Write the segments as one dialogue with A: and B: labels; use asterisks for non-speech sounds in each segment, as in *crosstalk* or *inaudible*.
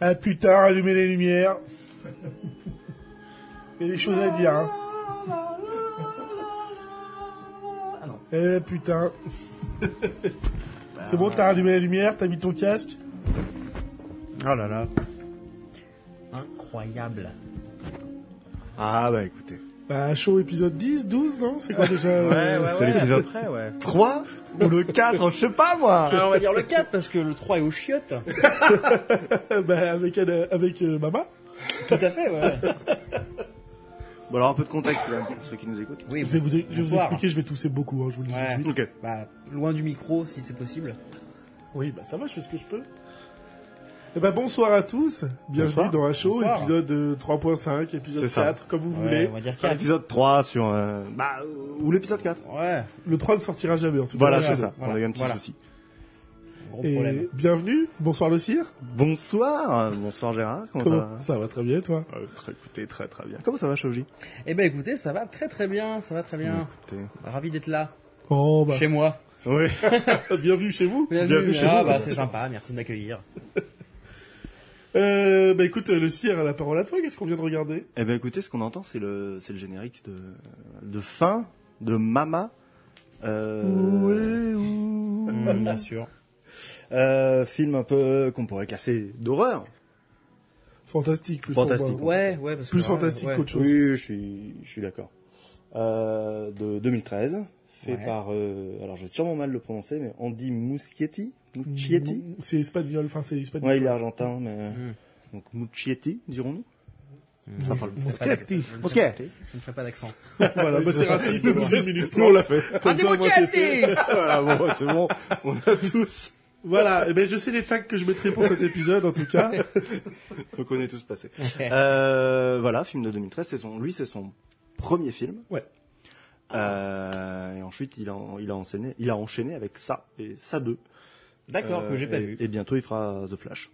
A: Ah putain, allumer les lumières. Il y a des choses à dire. Hein.
B: Ah non.
A: Eh putain. C'est bon, t'as allumé la lumière, t'as mis ton casque.
C: Oh là là.
B: Incroyable.
C: Ah bah écoutez.
A: Bah, show épisode 10, 12, non C'est quoi déjà euh,
C: c'est l'épisode.
B: près,
C: *laughs*
B: ouais.
C: 3 ou le 4, je sais pas moi.
B: Alors, on va dire le 4 parce que le 3 est aux chiottes.
A: *laughs* bah, Avec, elle, avec euh, Mama
B: Tout à fait, ouais.
C: Bon alors un peu de contexte quand même, pour ceux qui nous écoutent.
B: *laughs* Oui,
A: Je vais vous, je vais vous
B: bonsoir.
A: expliquer, je vais tousser beaucoup, hein, je vous le dis
B: Ouais.
A: tout de suite.
C: Ok.
B: Bah, loin du micro si c'est possible.
A: Oui, bah ça va, je fais ce que je peux. Eh ben bonsoir à tous, bienvenue
C: Bonsoir.
A: dans un show,
B: Bonsoir.
A: épisode euh, 3.5, épisode
C: C'est ça.
A: 4, comme vous
B: Ouais,
A: voulez.
B: on va dire
C: Sur
B: 4.
C: l'épisode 3, sur... euh, bah, euh, ou l'épisode 4.
B: Ouais,
A: Le 3 ne sortira jamais en tout cas.
C: Voilà,
B: c'est
C: c'est
B: ça.
C: ça.
B: Voilà.
C: On a eu un petit
B: Voilà.
C: souci.
B: gros
A: Et
B: problème.
A: bienvenue, bonsoir le cire.
C: Bonsoir, euh, bonsoir Gérard, comment,
A: Comment-
C: ça va
A: ça va très bien toi
C: Euh, très, Écoutez, très très bien. Comment ça va Shoji
B: Eh ben écoutez, ça va très très bien, ça va très bien.
C: Écoutez.
B: Ravi d'être là,
A: Oh bah
B: chez moi.
C: Oui.
A: bienvenue chez vous.
C: Bienvenue chez
B: ah
C: vous.
B: bah c'est sympa, merci de m'accueillir.
A: Euh, bah écoute euh, le cire, la parole à toi, qu'est-ce qu'on vient de regarder
C: Eh ben écoutez, ce qu'on entend, c'est le, c'est le générique de, de fin de Mama. Euh,
B: Mm, bien sûr.
C: euh, film un peu qu'on pourrait classer d'horreur.
A: Fantastique plus
C: Fantastique.
A: qu'on voit.
B: Ouais, ouais, parce que
A: Plus
B: ouais,
A: fantastique
B: ouais.
A: qu'autre chose.
C: Oui, je suis, je suis d'accord. Euh, de 2013, fait
B: Ouais.
C: par, euh, alors j'ai sûrement mal le prononcer, mais Andy Muschietti. Muschietti.
A: Mm. C'est espagnol, enfin c'est espagnol.
C: Ouais, il est argentin, mais euh,
B: Mm.
C: donc Muschietti, dirons-nous. Ça Hmm. parle-
A: Mosquetti.
B: Je ne ferai pas-
C: Muschietti.
B: Je ne ferai
A: *laughs*
B: pas d'accent.
A: Voilà, bah c'est raciste depuis 16 minutes
C: Nous, hein. on l'a fait.
B: Ah,
A: ça, au moins, c'est
C: *laughs* voilà, bon, c'est bon, on l'a tous.
A: Voilà, et ben je sais les tags que je mettrai pour cet épisode en tout
C: *laughs*
A: cas.
C: Donc on est tous passés. Euh, voilà, film de 2013. C'est son, lui, c'est son premier film.
A: Ouais.
C: Euh, et ensuite, il a, il a enchaîné, il a enchaîné avec ça et ça 2.
B: D'accord,
C: Euh,
B: que j'ai pas
C: et-
B: vu.
C: Et bientôt, il fera The Flash.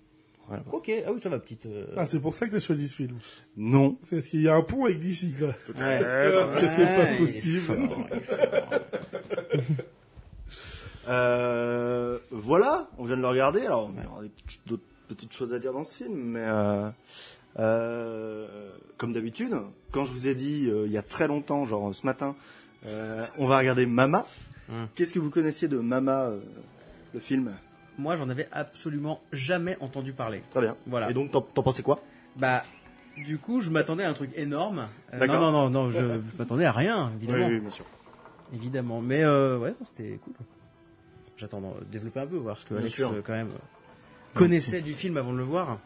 C: Voilà.
B: Ok, ah oui, ça va, petite. euh,
A: Ah, c'est pour ça que t'as choisi ce film.
C: Non.
A: C'est parce qu'il y a un pont avec DC, quoi.
B: ouais.
A: Ça, c'est pas possible.
C: Euh, voilà, on vient de le regarder. Alors, il y aura des petites- d'autres petites choses à dire dans ce film, mais euh, euh, comme d'habitude, quand je vous ai dit euh, il y a très longtemps, genre euh, ce matin, euh, on va regarder Mama.
B: Hum.
C: Qu'est-ce que vous connaissiez de Mama, euh, le film
B: Moi, j'en avais absolument jamais entendu parler.
C: Très bien.
B: Voilà.
C: Et donc, t'en t'en pensais quoi
B: Bah, du coup, je m'attendais à un truc énorme. Euh, non,
C: D'accord.
B: non, non, non, je *laughs* m'attendais à rien, évidemment.
C: bien sûr.
B: Évidemment. Mais euh, ouais, non, c'était cool. J'attends de développer un peu, voir ce que
C: Bien
B: Alex,
C: sûr.
B: euh, quand même, euh, connaissait du film avant de le voir.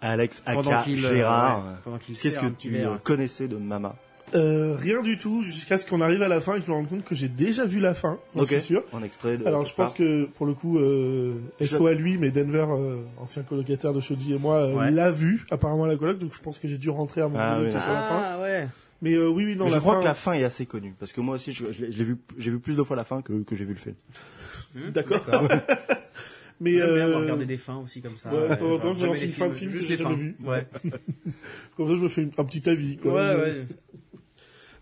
C: Alex
B: Pendant
C: Aka
B: qu'il. euh,
C: Gérard.
B: ouais, pendant qu'il
C: Qu'est-ce
B: sert
C: que
B: un petit
C: tu
B: verre.
C: euh, connaissais de Mama
A: Euh, rien du tout, jusqu'à ce qu'on arrive à la fin et que je me rende compte que j'ai déjà vu la fin, j'en suis sûr.
C: En extrait de.
A: Alors, je pense que, pour le coup, euh,
C: Je-
A: SOA lui, mais Denver, euh, ancien colocataire de Shoji et moi, euh,
B: Ouais.
A: l'a vu, apparemment, à la coloc, donc je pense que j'ai dû rentrer à mon
C: Ah,
A: moment
C: oui.
A: sur la fin.
B: Ah ouais.
A: Mais euh, oui, oui, non,
C: Mais je
A: la
C: crois
A: fin...
C: que la fin est assez connue parce que moi aussi je, je l'ai je l'ai vu j'ai vu plus de fois la fin que, que j'ai vu le film.
B: Hmm,
A: D'accord.
B: J'aime
A: Mais,
B: bien
A: euh,
B: moi, regarder des fins aussi comme ça.
A: ouais, de temps en
B: Enfin,
A: temps, je
B: jamais
A: lance
B: les
A: une fin de film
B: films,
A: que
B: Juste
A: j'ai
B: les fins.
A: jamais vu.
B: Ouais.
A: comme ça, je me fais une- un petit avis,
B: Ouais,
A: quoi.
B: ouais.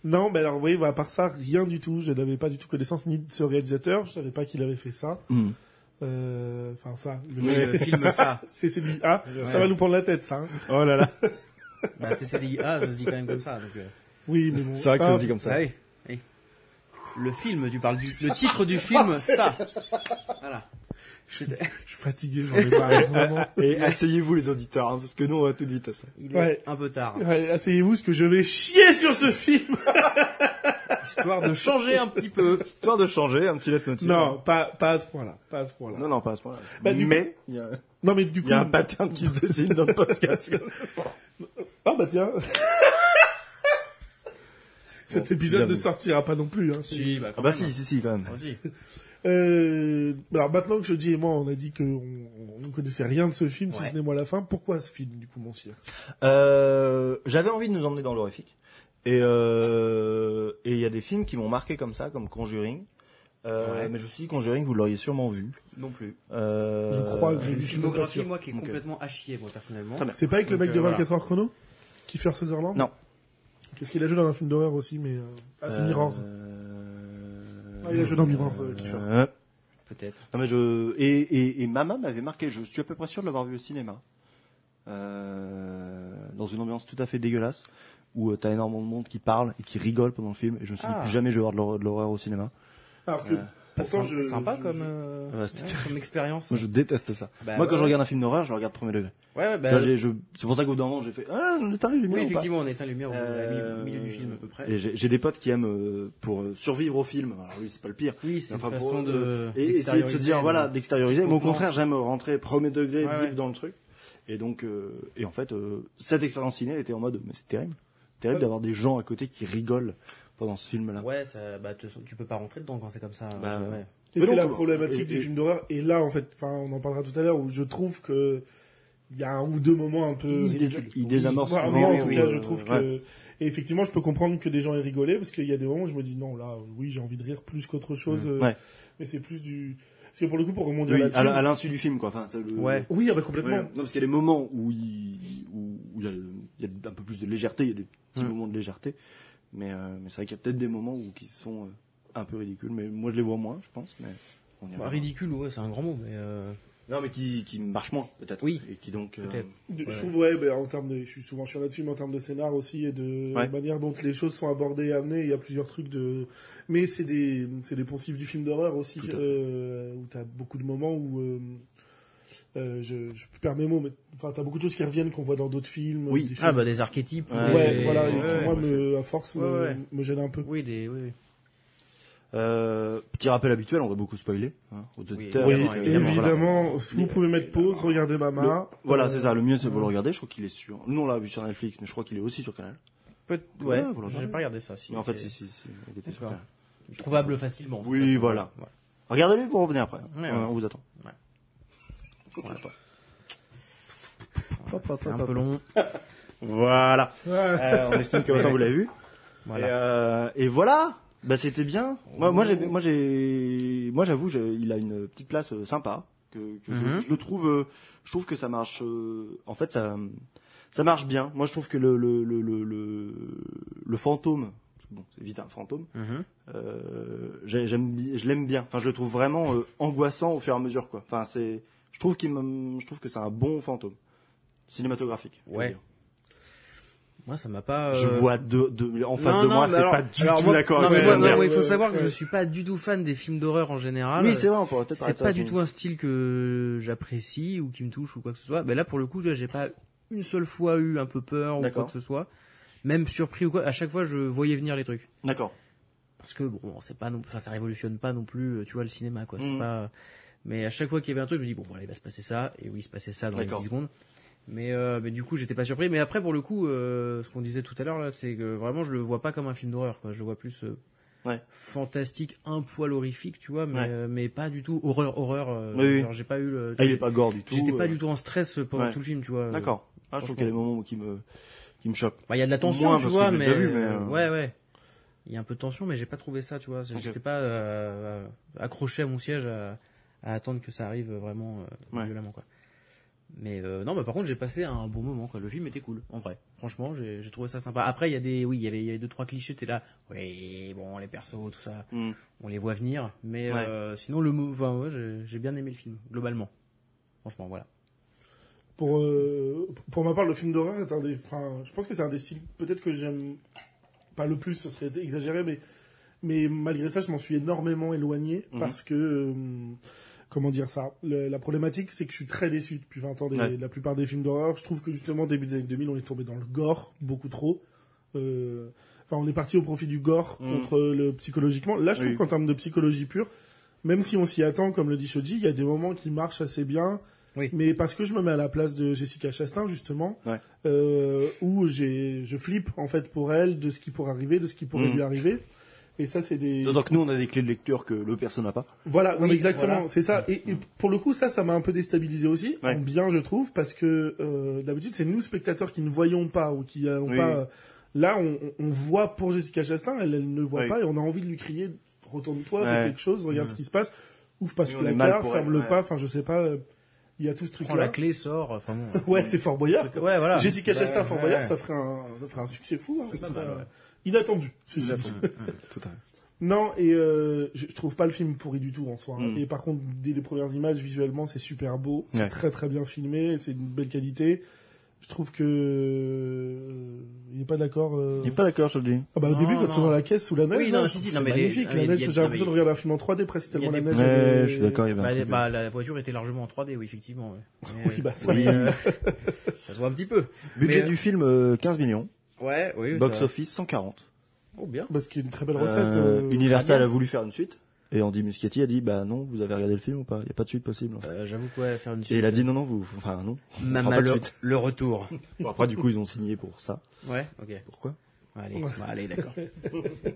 A: Non, mais alors, vous voyez, bah, à part ça, rien du tout. Je n'avais pas du tout connaissance ni de ce réalisateur. Je savais pas qu'il avait fait ça. Euh, Enfin, ça. le-
B: Oui, le film ça.
A: *laughs* C'est c'est dit, ah, ça
B: Ouais.
A: va nous prendre la tête, ça. hein.
C: Oh là là,
B: Bah, c'est CDIA, ça se dit quand même comme ça. Donc, euh,
A: Oui, mais bon.
C: c'est vrai que ça
A: Ah,
C: se dit comme ça.
B: bah oui, oui. Le film, tu parles du, le titre *laughs* du film, ça. Voilà. C'était-
A: Je suis fatigué, j'en ai marre,
C: *laughs*
A: vraiment.
C: Et asseyez-vous les auditeurs hein, parce que nous on va tout de suite à ça.
B: Il est
A: Ouais.
B: un peu tard.
A: Ouais, Asseyez-vous, parce que je vais chier sur ce film.
B: *laughs* Histoire de changer un petit peu.
C: Histoire de changer un petit leitmotiv.
A: Non, pas, pas à ce point-là. Pas à ce point-là.
C: non non pas à ce point-là.
A: Bah, du
C: Mais Hmm. il y, a-
A: Non, mais du
C: il
A: coup.
C: y a un pattern qui *laughs* se dessine dans le podcast.
A: *laughs* Ah, bah, tiens. Cet
C: Bon,
A: épisode
C: j'avoue.
A: ne sortira pas non plus, hein.
B: Si, bah,
C: ah
B: quand
C: bah
B: même.
C: si si si quand même.
B: Vas-y.
A: Euh, alors maintenant que je dis et moi, on a dit qu'on on ne connaissait rien de ce film, si
B: Ouais.
A: ce n'est moi la fin, pourquoi ce film, du coup, mon cire
C: Euh, j'avais envie de nous emmener dans l'horrifique. Et euh, et il y a des films qui m'ont marqué comme ça comme Conjuring. Euh,
B: Ouais.
C: Mais je me suis dit Conjuring vous l'auriez sûrement vu.
B: Non plus.
C: Euh,
A: Je crois que j'ai vu.
B: Une
A: Je suis pas
B: filmographie,
A: sûr.
B: moi, qui est
C: Ok.
B: complètement à chier, moi, personnellement.
C: Très bien.
A: C'est pas avec le
B: Donc,
A: mec de
B: euh,
A: 24 heures chrono Kiefer Sutherland
C: Non.
A: Qu'est-ce qu'il a joué dans un film d'horreur aussi, mais... euh, Ah, c'est
C: Euh,
A: Mirrors.
C: euh,
A: Ah, il a joué dans Mirrors, euh, Kiefer.
C: euh,
B: Peut-être.
C: Non mais je et, et, et Mama m'avait marqué. Je suis à peu près sûr de l'avoir vu au cinéma. euh, dans une ambiance tout à fait dégueulasse, où euh, t'as énormément de monde qui parle et qui rigole pendant le film, et je me suis dit
B: Ah.
C: plus jamais je vais voir de l'hor- de l'horreur au cinéma.
A: Alors que,
C: Ouais.
A: pourtant,
B: C'est
A: je.
B: sympa
A: je-
B: comme,
A: je-
B: euh,
C: Ouais, c'était-
B: ouais, comme expérience.
C: Moi je déteste ça.
B: Bah,
C: Moi
B: ouais,
C: quand je
B: ouais.
C: regarde un film d'horreur, je le regarde premier degré.
B: Ouais, ouais, bah,
C: Là, j'ai- je- C'est pour ça qu'au bout d'un moment j'ai fait Ah, on éteint les
B: oui,
C: lumières ou pas
B: effectivement, on éteint les lumières au,
C: Euh,
B: au milieu du film à peu près.
C: Et j'ai j'ai des potes qui aiment euh, pour euh, survivre au film. Alors lui, c'est pas le pire.
B: Oui, c'est
C: Enfin,
B: une
C: pour
B: façon
C: eux,
B: de.
C: Et essayer de se dire voilà d'extérioriser. Mais au
B: Contenance.
C: contraire, j'aime rentrer premier degré
B: Ouais,
C: deep
B: ouais.
C: dans le truc. Et donc, euh, et en fait, euh, cette expérience ciné était en mode mais c'est terrible, terrible
A: Ouais.
C: d'avoir des gens à côté qui rigolent pendant ce film-là.
B: Ouais, ça, bah, de toute façon, tu peux pas rentrer dedans quand c'est comme ça.
C: Bah,
B: ouais.
C: ouais.
A: Et
C: Mais
A: c'est
C: donc,
A: la
C: euh,
A: problématique
C: et-
A: des
C: et-
A: films d'horreur. Et là, en fait, enfin, on en parlera tout à l'heure, où je trouve que il y a un ou deux moments un peu.
C: Il, dés-
A: ridicules.
C: il désamorce.
A: Moi,
C: le-
A: moi,
B: oui,
A: en tout
B: oui,
A: cas,
B: oui,
A: je
C: euh,
A: trouve
C: ouais.
A: que. Et effectivement, je peux comprendre que des gens aient rigolé, parce qu'il y a des moments où je me dis non, là, oui, j'ai envie de rire plus qu'autre chose. euh,
C: Mm. Ouais.
A: Mais c'est plus du. Parce que pour le coup, pour rebondir
C: Oui,
A: là-dessus.
C: à la- à l'insu du film, quoi. Enfin, ça, le-
B: Ouais.
A: Oui, ah bah,
C: Ouais,
A: complètement.
C: Non, parce qu'il y a des moments où il, où, où il, y a, il y a un peu plus de légèreté, il y a des petits
B: Mm.
C: moments de légèreté, mais, euh, mais c'est vrai qu'il y a peut-être des moments où qui sont euh, un peu ridicules, mais moi je les vois moins, je pense, mais on
B: Bah,
C: y reviendra.
B: ridicule, ouais, c'est un grand mot, mais. Euh...
C: Non, mais qui, qui marchent moins, peut-être.
B: Oui.
C: Et qui donc. euh,
B: Peut-être.
A: De-
B: Ouais.
A: Je trouve, ouais, ben, en termes de, je suis souvent chiant là-dessus, mais en termes de scénar aussi et de
C: Ouais.
A: la manière dont les choses sont abordées et amenées, il y a plusieurs trucs de, mais c'est des, c'est des poncifs du film d'horreur aussi,
C: Tout à fait.
A: euh, où t'as beaucoup de moments où, euh, euh, je, je perds mes mots, mais enfin, t'as beaucoup de choses qui reviennent qu'on voit dans d'autres films.
C: Oui.
A: des choses-
B: Ah, bah, des archétypes. ou
C: Ouais,
A: ouais,
B: des-
A: voilà, et
B: ouais,
A: qui,
B: ouais.
A: moi, me, à force,
B: Ouais,
A: me,
B: ouais.
A: me gêne un peu.
B: Oui, des. Oui, oui.
C: euh, petit rappel habituel, on va beaucoup spoiler hein, aux auditeurs.
A: Oui,
B: évidemment,
C: donc, euh,
A: évidemment,
B: évidemment,
A: si vous pouvez mettre pause, regardez Mama.
C: Voilà,
A: Euh,
C: c'est ça. Le mieux, c'est de vous le regarder. Je crois qu'il est sur. Nous, on l'a vu sur Netflix, mais je crois qu'il est aussi sur Canal.
B: Peut ouais,
C: Ouais, vous le
B: j'ai
C: regardez.
B: pas regardé ça. Si,
C: Mais en fait,
B: mais
C: si, si, si, il était sur
B: D'accord.
C: Canal.
B: Trouvable facilement. de toute
C: Oui,
B: façon.
C: voilà.
B: Ouais.
C: Regardez-le, vous revenez après.
B: Ouais, ouais.
C: Euh, On vous attend.
B: Ouais.
C: On vous
B: Ouais.
C: attend.
B: C'est un peu long.
C: Voilà. Euh, on estime que maintenant vous l'avez vu. Et,
B: Voilà.
C: euh, et voilà. Bah c'était bien. Moi, moi j'ai, moi j'ai, moi j'avoue, j'ai- il a une petite place euh, sympa. Que, que je-
B: Mhm.
C: je, le trouve, euh, je trouve que ça marche. euh, en fait, ça, ça marche bien. Moi, je trouve que le le le le le, le fantôme. parce que Bon, c'est vite un fantôme.
B: Mhm.
C: Euh, j'ai- j'aime, bi- je l'aime bien. Enfin, je le trouve vraiment euh, angoissant au fur et à mesure, quoi. Enfin, c'est, je trouve qu'il, me- je trouve que c'est un bon fantôme cinématographique. je veux
B: Ouais.
C: dire.
B: Moi, ça m'a pas.
C: Je
B: euh,
C: vois de, de, en face
B: non,
C: de
B: non,
C: moi,
B: mais
C: c'est
B: alors-
C: pas du
B: alors
C: tout
B: moi-
C: d'accord
B: non,
C: avec
B: mais
C: ce
B: moi-
C: que je
B: moi,
C: viens de
B: il
C: dire.
B: faut savoir que
A: Ouais.
B: je suis pas du tout fan des films d'horreur en général.
C: Oui, c'est vrai, on pourrait peut-être
B: Ah, C'est
C: arrêter
B: pas
C: à
B: du
C: ce
B: tout un style que j'apprécie ou qui me touche ou quoi que ce soit. Mais là, pour le coup, tu vois, j'ai pas une seule fois eu un peu peur ou quoi
C: D'accord.
B: que ce soit. Même surpris ou quoi. À chaque fois, je voyais venir les trucs.
C: D'accord.
B: Parce que bon, c'est pas non, enfin, ça révolutionne pas non plus, euh, tu vois, le cinéma, quoi. C'est
C: Mhm.
B: pas, mais à chaque fois qu'il y avait un truc, je me dis, bon, voilà, il va se passer ça. Et oui, il se passait ça dans les
C: D'accord.
B: 10 secondes. Mais, euh, mais du coup, j'étais pas surpris. Mais après, pour le coup, euh, ce qu'on disait tout à l'heure, là, c'est que vraiment, je le vois pas comme un film d'horreur, quoi. Je le vois plus, euh,
C: Ouais.
B: fantastique, un poil horrifique, tu vois, mais,
C: Ouais.
B: euh, mais pas du tout horreur, horreur. euh,
C: Oui, oui.
B: genre, j'ai pas eu le,
C: Ah, il est pas gore du tout.
B: j'étais
C: euh,
B: pas du tout en stress pendant
C: ouais.
B: tout le film, tu vois.
C: D'accord. Ah, je
B: franchement.
C: trouve qu'il y a des moments qui me, qui me choquent.
B: Bah, il y a de la tension,
C: Moins,
B: tu
C: parce
B: vois,
C: que je l'ai
B: mais,
C: déjà vu, mais, euh,
B: ouais, ouais. Il y a un peu de tension, mais j'ai pas trouvé ça, tu vois. J'étais pas euh, accroché à mon siège à, à attendre que ça arrive vraiment euh,
C: Ouais.
B: violemment, quoi. Mais euh, non, bah par contre, j'ai passé un bon moment, quoi. Le film était cool, en vrai. Franchement, j'ai j'ai trouvé ça sympa. Après, il y a des, oui, il y avait, il y avait deux trois clichés. T'es là, oui, bon, les persos, tout ça,
C: Hmm.
B: on les voit venir. Mais
C: Ouais.
B: euh, sinon, le mot, enfin, ouais, j'ai j'ai bien aimé le film globalement. Franchement, voilà.
A: Pour, euh, pour ma part, le film d'horreur est un des. Enfin, je pense que c'est un des styles, peut-être que j'aime pas le plus, ce serait exagéré, mais, mais malgré ça, je m'en suis énormément éloigné
C: Mhm.
A: parce que. euh, comment dire ça Le- La problématique, c'est que je suis très déçu depuis 20 ans des-
C: Ouais.
A: de la plupart des films d'horreur. Je trouve que justement, début des années 2000, on est tombé dans le gore beaucoup trop. Euh, Enfin, on est parti au profit du gore
C: Mhm.
A: contre le psychologiquement. Là, je trouve
C: Oui.
A: qu'en termes de psychologie pure, même si on s'y attend, comme le dit Shoji, il y a des moments qui marchent assez bien.
B: Oui.
A: Mais parce que je me mets à la place de Jessica Chastain, justement,
C: Ouais.
A: euh, où j'ai, je flippe, en fait, pour elle, de ce qui pourrait arriver, de ce qui pourrait
C: Mm.
A: lui arriver. Et ça, c'est des...
C: D'autant que nous, on a des clés de lecture que le perso n'a pas. *laughs*
A: Voilà, non,
B: Oui,
A: mais exactement,
B: voilà.
A: c'est ça. Et, et pour le coup, ça, ça m'a un peu déstabilisé aussi,
C: Mm. Ouais.
A: en bien, je trouve, parce que euh, d'habitude, c'est nous, spectateurs, qui ne voyons pas ou qui n'allons
C: Oui.
A: pas... euh, Là, on, on- on voit pour Jessica Chastain, elle, elle ne voit
C: Oui.
A: pas, et on a envie de lui crier, retourne-toi, fais
C: Ouais.
A: quelque chose, regarde
B: Mm.
A: ce qui se passe, ouvre pas ce
C: Oui, on est mal
A: placard,
C: pour
A: ferme
C: elle,
A: le
C: ouais.
A: pas, enfin, je sais pas, euh, il y a tout ce
B: Prends
A: truc-là.
B: la clé, sort. Enfin bon.
C: *laughs*
A: Ouais, c'est Fort Boyard, quoi.
B: Ouais,
C: Ah,
B: voilà.
A: Jessica
B: Ouais,
A: Chastain, Fort
B: ouais.
A: Boyard, ça ferait un, ça ferait un succès fou. Hein,
B: C'est
A: ce
B: pas
A: serait,
B: mal, ouais.
A: euh, Inattendu. ceci dit.
C: Tout à fait.
A: Non, et euh, je je trouve pas le film pourri du tout en soi. hein.
C: Mm.
A: Et par contre, dès les premières images, visuellement, c'est super beau. C'est
C: Ouais.
A: très très bien filmé, c'est une belle qualité. Je trouve que euh, il est pas d'accord. euh.
C: Il est pas d'accord, Shoji.
A: Ah bah au
B: Non,
A: début quand
B: non.
A: tu vas dans la caisse sous la neige,
B: Oui, non,
A: là,
B: si,
A: je
B: si,
A: trouve
B: non,
A: que
B: mais
A: c'est
B: les-
A: magnifique.
B: non,
A: La
B: mais
A: neige,
B: il y a-
A: j'ai
B: non,
A: l'impression de
B: mais-
A: regarder un film en 3D presque
B: il y a
A: tellement la
B: des-
A: neige.
C: Ouais,
A: elle est-
C: je suis d'accord, il y avait un
B: Bah,
C: truc euh, de-
B: bah, la voiture était largement en 3D, oui, effectivement.
C: *laughs*
B: ouais. Mais-
A: Oui, bah, ça-
B: mais, euh, ça se voit un petit peu.
C: Budget
B: Mais, euh,
C: du film, euh, 15 millions.
B: Ouais, oui. ça-
C: Box office, 140.
B: Oh, bien.
A: Parce qu'il y a une très belle
C: Euh,
A: recette. euh,
C: Universal
B: bien.
C: a voulu faire une suite. Et Andy Muschietti a dit, bah non, vous avez regardé le film ou pas? Il n'y a pas de suite possible. en fait.
B: Euh, J'avoue quoi faire une
C: Et il a dit, non, non, vous, enfin, non.
B: Ma-
C: Enfin, pas
B: ma-
C: de
A: *laughs*
B: le,
C: suite.
B: le retour.
C: Bon, après, du coup, ils ont signé pour ça.
B: Ouais, ok.
C: Pourquoi?
B: Allez, bah, allez, d'accord. *laughs*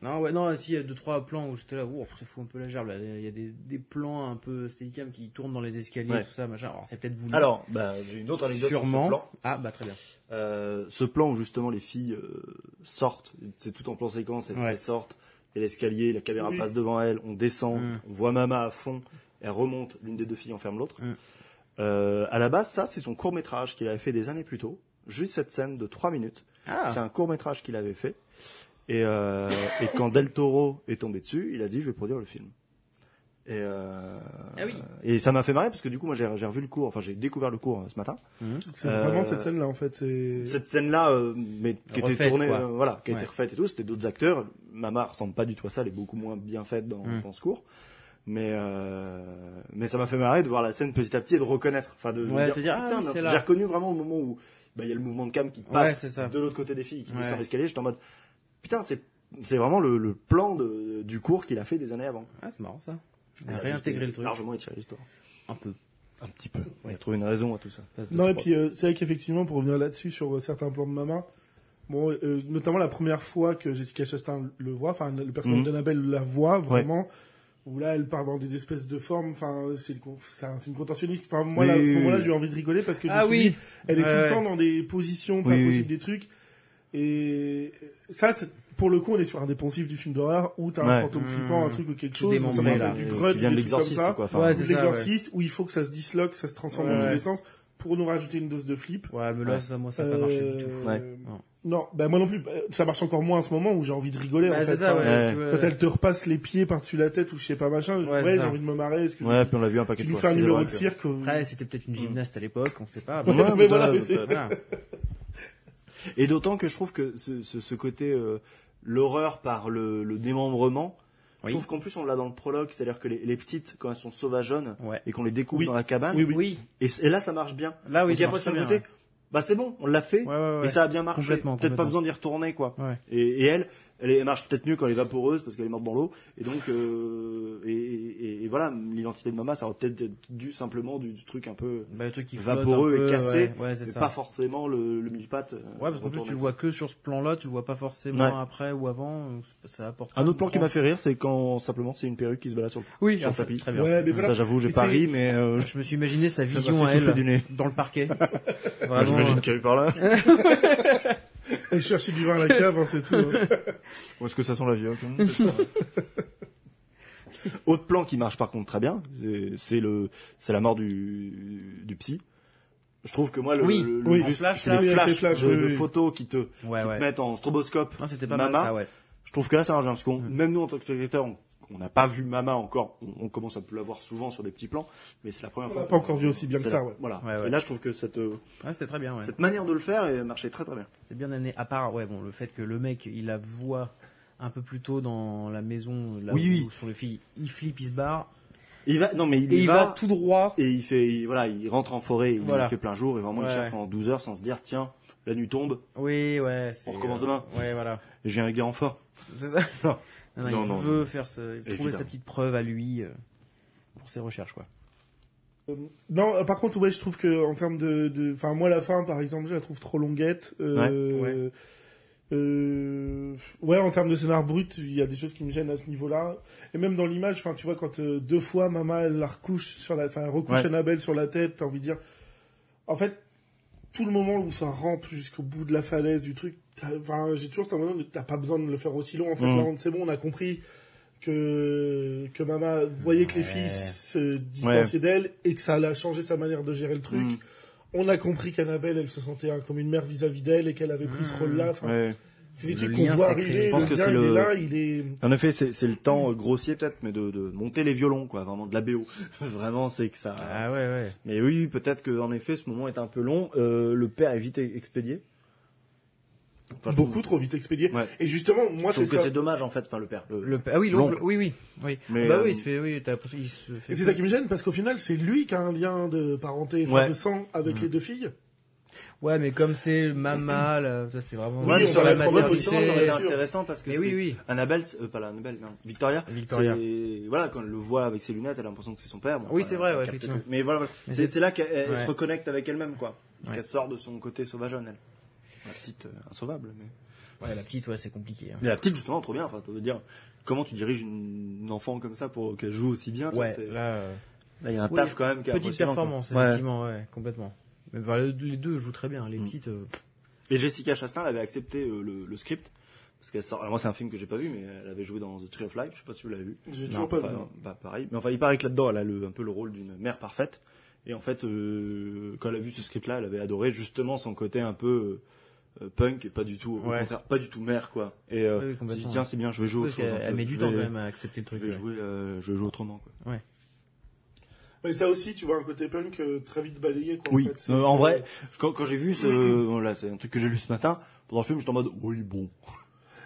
B: non, ouais, non, si, il y a deux, trois plans où j'étais là, ouh, ça fout un peu la gerbe, là. Il y a des, des plans un peu steadicam qui tournent dans les escaliers,
C: Ouais.
B: tout ça, machin. Alors, c'est peut-être voulu.
C: Alors, bah, j'ai une autre anecdote
B: sûrement.
C: sur ce plan.
B: Ah, bah, très bien.
C: Euh, ce plan où justement les filles euh, sortent, c'est tout en plan séquence, elles
B: Ouais.
C: elles sortent, et l'escalier, la caméra
A: Oui.
C: passe devant elles, on descend,
B: Mm.
C: on voit Mama à fond, elle remonte, l'une des deux filles enferme l'autre.
B: Mm.
C: Euh, à la base, ça, c'est son court métrage qu'il avait fait des années plus tôt, juste cette scène de 3 minutes.
B: Ah,
C: C'est un court métrage qu'il avait fait. Et, euh, et quand Del Toro est tombé dessus, il a dit je vais produire le film. Et, euh,
B: Ah oui.
C: et ça m'a fait marrer parce que du coup moi j'ai j'ai revu le cours, enfin j'ai découvert le cours euh, ce matin.
A: C'est
C: Euh,
A: vraiment cette scène-là, en fait. c'est-
C: Cette scène-là, euh, mais qui
B: Refaite,
C: était tournée,
B: quoi.
C: euh, voilà, qui a
B: Ouais.
C: été refaite et tout, c'était d'autres acteurs. Mama ressemble pas du tout à ça, elle est beaucoup moins bien faite dans,
B: Mm.
C: dans ce cours. Mais euh, mais ça m'a fait marrer de voir la scène petit à petit et de reconnaître, enfin de, de
B: Ouais, te dire, ah
C: putain,
B: oui,
C: mais
B: c'est là.
C: j'ai reconnu vraiment au moment où bah, il y a le mouvement de cam qui
B: Ouais,
C: passe
B: c'est ça.
C: de l'autre côté des filles qui
B: Ouais.
C: descendent l'escalier. J'étais en mode putain, c'est c'est vraiment le, le plan de, du cours qu'il a fait des années avant.
B: ah c'est marrant, ça.
C: Il a
B: Réintégrer le
C: juste
B: truc.
C: Largement étiré l'histoire.
B: Un peu.
C: Un petit peu. Il
B: Ouais.
C: a trouvé une raison à tout ça.
A: Non, et puis euh, c'est vrai qu'effectivement, pour revenir là-dessus, sur euh, certains plans de Mama, bon, euh, notamment la première fois que Jessica Chastain le voit, enfin, le personnage
C: Mhm.
A: d'Annabelle la voit, vraiment, où là, elle part dans des espèces de formes, enfin, c'est le con- c'est un- c'est une contorsionniste. Enfin, moi,
C: Oui,
A: là, à
C: oui,
A: ce
C: oui.
A: moment-là, j'ai eu envie de rigoler parce que je me
B: Ah
A: suis
B: oui.
A: dit, elle est tout
B: Ouais.
A: le temps dans des positions pas
C: Oui, oui.
A: possibles, des trucs. Et ça, c'est- pour le coup, on est sur un des poncifs du film d'horreur où t'as
C: Ouais.
A: un fantôme
B: Mhm.
A: flippant, un truc ou quelque
B: Tout
A: chose, ça
B: démembré,
A: me
B: là.
A: rappelle du
C: Qui
A: grudge,
C: vient
A: des
C: de
A: trucs comme
C: l'exorciste,
A: ça.
C: quoi. Enfin,
B: Ouais,
A: Ou
B: c'est
A: de
B: ça,
A: l'exorciste, où il faut que ça se disloque, ça se transforme
B: Ouais.
A: dans tous les sens pour nous rajouter une dose de flip.
B: Ouais, mais là,
C: Ouais.
B: ça, moi, ça a pas marché du tout.
A: Euh,
C: Ouais.
B: Non.
A: Non, bah moi non plus. Bah, Ça marche encore moins à ce moment où j'ai envie de rigoler. en
B: Bah,
A: fait.
B: c'est ça, ouais.
A: Enfin,
C: ouais.
B: tu vois.
A: Quand elle te repasse les pieds par-dessus la tête ou je sais pas machin, je-
B: Ouais,
A: ouais,
B: c'est
A: j'ai
B: ça.
A: envie de me marrer. Est-ce que
C: Ouais, puis on l'a vu un paquet
A: tu
C: de
A: nous
C: fois.
A: fais un
C: c'est
A: numéro
C: vrai
A: de
C: que-
A: cirque euh, *laughs*
B: Après, c'était peut-être une gymnaste à l'époque, on sait pas. *laughs*
C: Ouais,
B: Bon,
A: mais voilà,
C: peut-être,
A: mais c'est-
C: peut-être.
B: voilà.
C: Et d'autant que je trouve que ce, ce, ce côté euh, l'horreur par le, le démembrement,
B: Oui.
C: je trouve qu'en plus on l'a dans le prologue, c'est-à-dire que les, les petites quand elles sont sauvageonnes
B: Ouais.
C: et qu'on les découvre
A: Oui.
C: dans la cabane,
A: Oui,
B: Oui.
A: oui.
C: Et, c- et là ça marche bien.
B: Là, oui,
C: Donc il y a pas ce
B: marche
C: côté,
B: très bien,
C: bah c'est bon, on l'a fait
B: Ouais, ouais, ouais.
C: et ça a bien marché.
B: Complètement,
C: Peut-être
B: complètement.
C: pas besoin d'y retourner quoi.
B: ouais. Ouais.
C: Et, et elle, elle, elle marche peut-être mieux quand elle est vaporeuse parce qu'elle est morte dans l'eau. Et donc euh, et, et- et voilà, l'identité de Mama, ça aurait peut-être dû simplement du, du truc un peu,
B: Bah, le truc qui flotte
C: Vaporeux
B: un peu,
C: et cassé,
B: Ouais, ouais, c'est
C: mais
B: ça.
C: pas forcément le, le mille-pattes. euh,
B: Ouais, parce qu'en plus,
C: retourné.
B: tu le vois que sur ce plan-là, tu le vois pas forcément
C: Ouais.
B: après ou avant. donc c'est- Ça apporte.
C: Un autre plan qui m'a
B: m'a
C: fait rire, c'est quand simplement c'est une perruque qui se balade sur le
B: Oui,
C: sur
B: ah,
C: le
B: ça,
C: tapis.
B: très bien.
A: Ouais, mais voilà.
C: Ça, j'avoue, j'ai
A: Mais
C: pas
A: c'est-
C: ri, mais euh,
B: Je me suis imaginé sa
C: *laughs* ça m'a
B: vision
C: fait
B: à
C: souffler
B: elle
C: du nez.
B: dans le
C: *laughs*
B: parquet.
C: Bah,
B: Vraiment.
C: J'imagine qu'elle a eu par là.
A: Elle cherchait du vin à la cave, hein, c'est tout. hein.
C: Ou est-ce que ça sent la hein, vieille
A: *laughs*
C: Autre plan qui marche par contre très bien, c'est- c'est le, c'est la mort du, du psy. Je trouve que moi le,
B: Oui.
C: le, le-
A: Oui.
C: juste-
B: En flash,
C: c'est
B: là,
C: les
A: oui, avec les
C: flashs,
A: flashs,
C: de,
A: oui,
C: de
A: oui.
C: photos qui te,
B: Ouais,
C: qui te
B: ouais.
C: mettent en stroboscope.
B: Non, c'était pas mal
C: Mama.
B: ça, ouais.
C: Je trouve que là ça marche bien parce
A: Mmh.
C: qu'on, même nous en tant que spectateurs, on on n'a pas vu Mama encore. On, on commence à la voir souvent sur des petits plans, mais c'est la première
A: On
C: fois.
A: l'a pas encore vu aussi bien que
C: C'est
A: ça,
C: la-
A: ouais.
C: Voilà.
B: Ouais, ouais.
C: Et là, je trouve que cette euh,
B: Ouais, c'était très bien, ouais.
C: Cette manière de le faire euh, marchait très très bien.
B: C'était bien amené. À part, ouais, bon, le fait que le mec, il la voit un peu plus tôt dans la maison, là
C: Oui,
B: où,
C: oui.
B: où sont les filles, il flippe, il se barre.
C: Il va, non mais il,
B: Et
C: y
B: il va,
C: va,
B: tout droit.
C: et il fait, il- voilà, il rentre en forêt, il
B: Voilà.
C: fait plein jour et vraiment
B: Ouais.
C: il cherche pendant 12 heures sans se dire tiens la nuit tombe,
B: Oui, ouais. c'est- euh,
C: On recommence demain.
B: Ouais, voilà.
C: et je viens avec des renforts.
B: C'est ça.
C: *laughs* Non.
B: Non, non,
C: Non,
B: il
C: non,
B: veut faire ce, il veut trouver
C: Évidemment.
B: sa petite preuve à lui euh, pour ses recherches, quoi.
A: Non, euh, par contre, ouais, je trouve que en termes de, de- enfin, moi la fin, par exemple, je la trouve trop longuette. Euh,
B: Ouais.
A: ouais. Euh, ouais, en termes de scénar brut, il y a des choses qui me gênent à ce niveau-là. Et même dans l'image, enfin, tu vois, quand euh, deux fois Mama elle la recouche sur la, enfin, elle recouche
C: Ouais.
A: Annabelle sur la tête, t'as envie de dire, en fait, tout le moment où ça rampe jusqu'au bout de la falaise du truc, t'as- enfin, j'ai toujours cette impression que t'as pas besoin de le faire aussi long. En fait,
C: Mhm.
A: là, on- c'est bon, on a compris que que Mama voyait que les
B: Ouais.
A: filles se distanciaient d'elle et que ça allait changer sa manière de gérer le truc.
C: Mm.
A: On a compris qu'Annabelle, elle se sentait hein, comme une mère vis-à-vis d'elle et qu'elle avait pris ce rôle-là. Enfin,
C: Mm. Mmh. Ouais.
A: C'est des
B: Le
A: trucs qu'on
B: lien
A: voit
B: sacré.
A: arriver.
B: Je
C: pense
A: le
C: que
A: gars,
C: c'est
A: il
C: le-
A: est là, il est.
C: En effet, c'est c'est le temps euh, grossier peut-être, mais de, de monter les violons, quoi, vraiment de la BO. *laughs* vraiment, c'est que ça.
B: Ah ouais, ouais.
C: Mais oui, peut-être que en effet, ce moment est un peu long. Euh, le père est vite expédié. Enfin, je
A: beaucoup
C: trouve-
A: trop vite expédié.
C: Ouais.
A: Et justement, moi,
C: Je
A: c'est
C: trouve que
A: ça.
C: c'est dommage en fait. Enfin, le père. le-
B: Le... Ah oui, l'oncle,
C: L'oncle.
B: oui, oui. oui.
C: Mais,
B: bah
C: euh,
B: oui, il se fait, oui, t'as l'impression qu'il se fait.
A: Et c'est ça qui me gêne parce qu'au final, c'est lui qui a un lien de parenté, enfin,
C: Ouais. Mm.
A: de sang avec les deux filles.
B: Ouais, mais comme c'est Mama, là, ça, c'est vraiment.
A: Oui,
C: Ouais, mais
A: on
C: ça
A: va
C: aurait
A: être
C: été
A: en mode
C: intéressant,
A: position,
C: ça aurait été
A: bien sûr.
C: intéressant parce que
B: Mais
C: c'est
B: oui, oui.
C: Annabelle, c'est- euh, pas la Annabelle, non, Victoria.
B: Victoria.
C: c'est- Voilà, quand elle le voit avec ses lunettes, elle a l'impression que c'est son père. Bon,
B: Oui,
C: enfin,
B: c'est vrai,
C: elle
B: ouais,
C: capte
B: effectivement.
C: que- Mais voilà, voilà.
B: Mais
C: c'est
B: c'est-
C: c'est là qu'elle elle
B: Ouais.
C: se reconnecte avec elle-même, quoi.
B: Ouais.
C: Qu'elle sort de son côté sauvageonne, elle. La petite euh, insauvable. Mais...
B: Ouais, la petite, ouais, c'est compliqué. hein.
C: mais la petite, justement, trop bien. Enfin, tu veux dire, comment tu diriges une une enfant comme Ah, ça pour qu'elle joue aussi bien tu vois,
B: Ouais,
C: c'est- Là,
B: là. euh,
C: il y a un
B: Oui,
C: taf quand même. qui est
B: Petite
C: impressionnant, quoi.
B: performance,
C: Ouais.
B: effectivement, ouais, complètement. Mais, bah, le- les deux jouent très bien, les
C: Mm.
B: petites. euh,
C: Et Jessica Chastain, elle avait accepté euh, le, le script. Parce qu'elle sort. Alors moi, c'est un film que j'ai pas vu, mais elle avait joué dans The Tree of Life. Je sais pas si vous l'avez vu.
A: J'ai
C: Non,
A: toujours pas
C: enfin,
A: vu.
C: non, bah, pareil. Mais enfin, il paraît que là-dedans, elle a le- un peu le rôle d'une mère parfaite. Et en fait, euh, quand elle a vu ce script-là, elle avait adoré justement son côté un peu euh, punk et pas du tout, au
B: Ouais.
C: contraire, pas du tout mère, quoi. Et euh,
B: Oui, oui,
C: elle s'est dit,
B: complètement.
C: tiens, c'est bien, je vais jouer autre
B: parce
C: chose.
B: qu'elle
C: un
B: elle
C: peu.
B: met
C: Je
B: du temps
C: vais-
B: quand même à accepter le
C: Je
B: truc.
C: vais
B: ouais.
C: jouer, euh, je vais jouer autrement, quoi.
A: Mais ça aussi, tu vois, un côté punk euh, très vite balayé, quoi.
C: Oui,
A: en, fait, C'est-
C: Euh, en vrai, quand, quand j'ai vu ce, bon, là, c'est un truc que j'ai lu ce matin, pendant le film, j'étais en mode, oui, bon,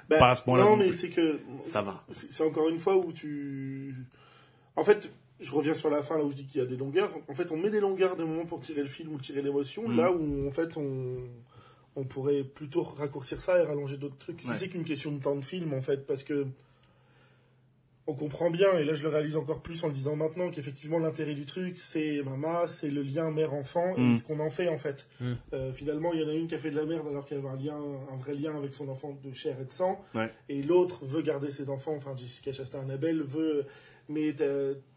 A: Bah,
C: pas à ce point-là
A: Non,
C: non
A: mais
C: plus.
A: c'est que.
C: ça va.
A: C'est c'est encore une fois où tu. En fait, je reviens sur la fin là où je dis qu'il y a des longueurs. En fait, on met des longueurs des moments pour tirer le film ou tirer l'émotion.
C: Mhm.
A: Là où, en fait, on. On pourrait plutôt raccourcir ça et rallonger d'autres trucs. Si
C: Ouais.
A: c'est qu'une question de temps de film, en fait, parce que. On comprend bien, et là je le réalise encore plus en le disant maintenant, qu'effectivement l'intérêt du truc, c'est Mama, c'est le lien mère-enfant,
C: Mhm.
A: et ce qu'on en fait en fait.
C: Mm.
B: Mhm.
A: Euh, finalement, il y en a une qui a fait de la merde alors qu'elle avait un, lien, un vrai lien avec son enfant de chair et de sang et l'autre veut garder ses enfants, enfin Jessica Chastain-Annabelle veut... Mais t'as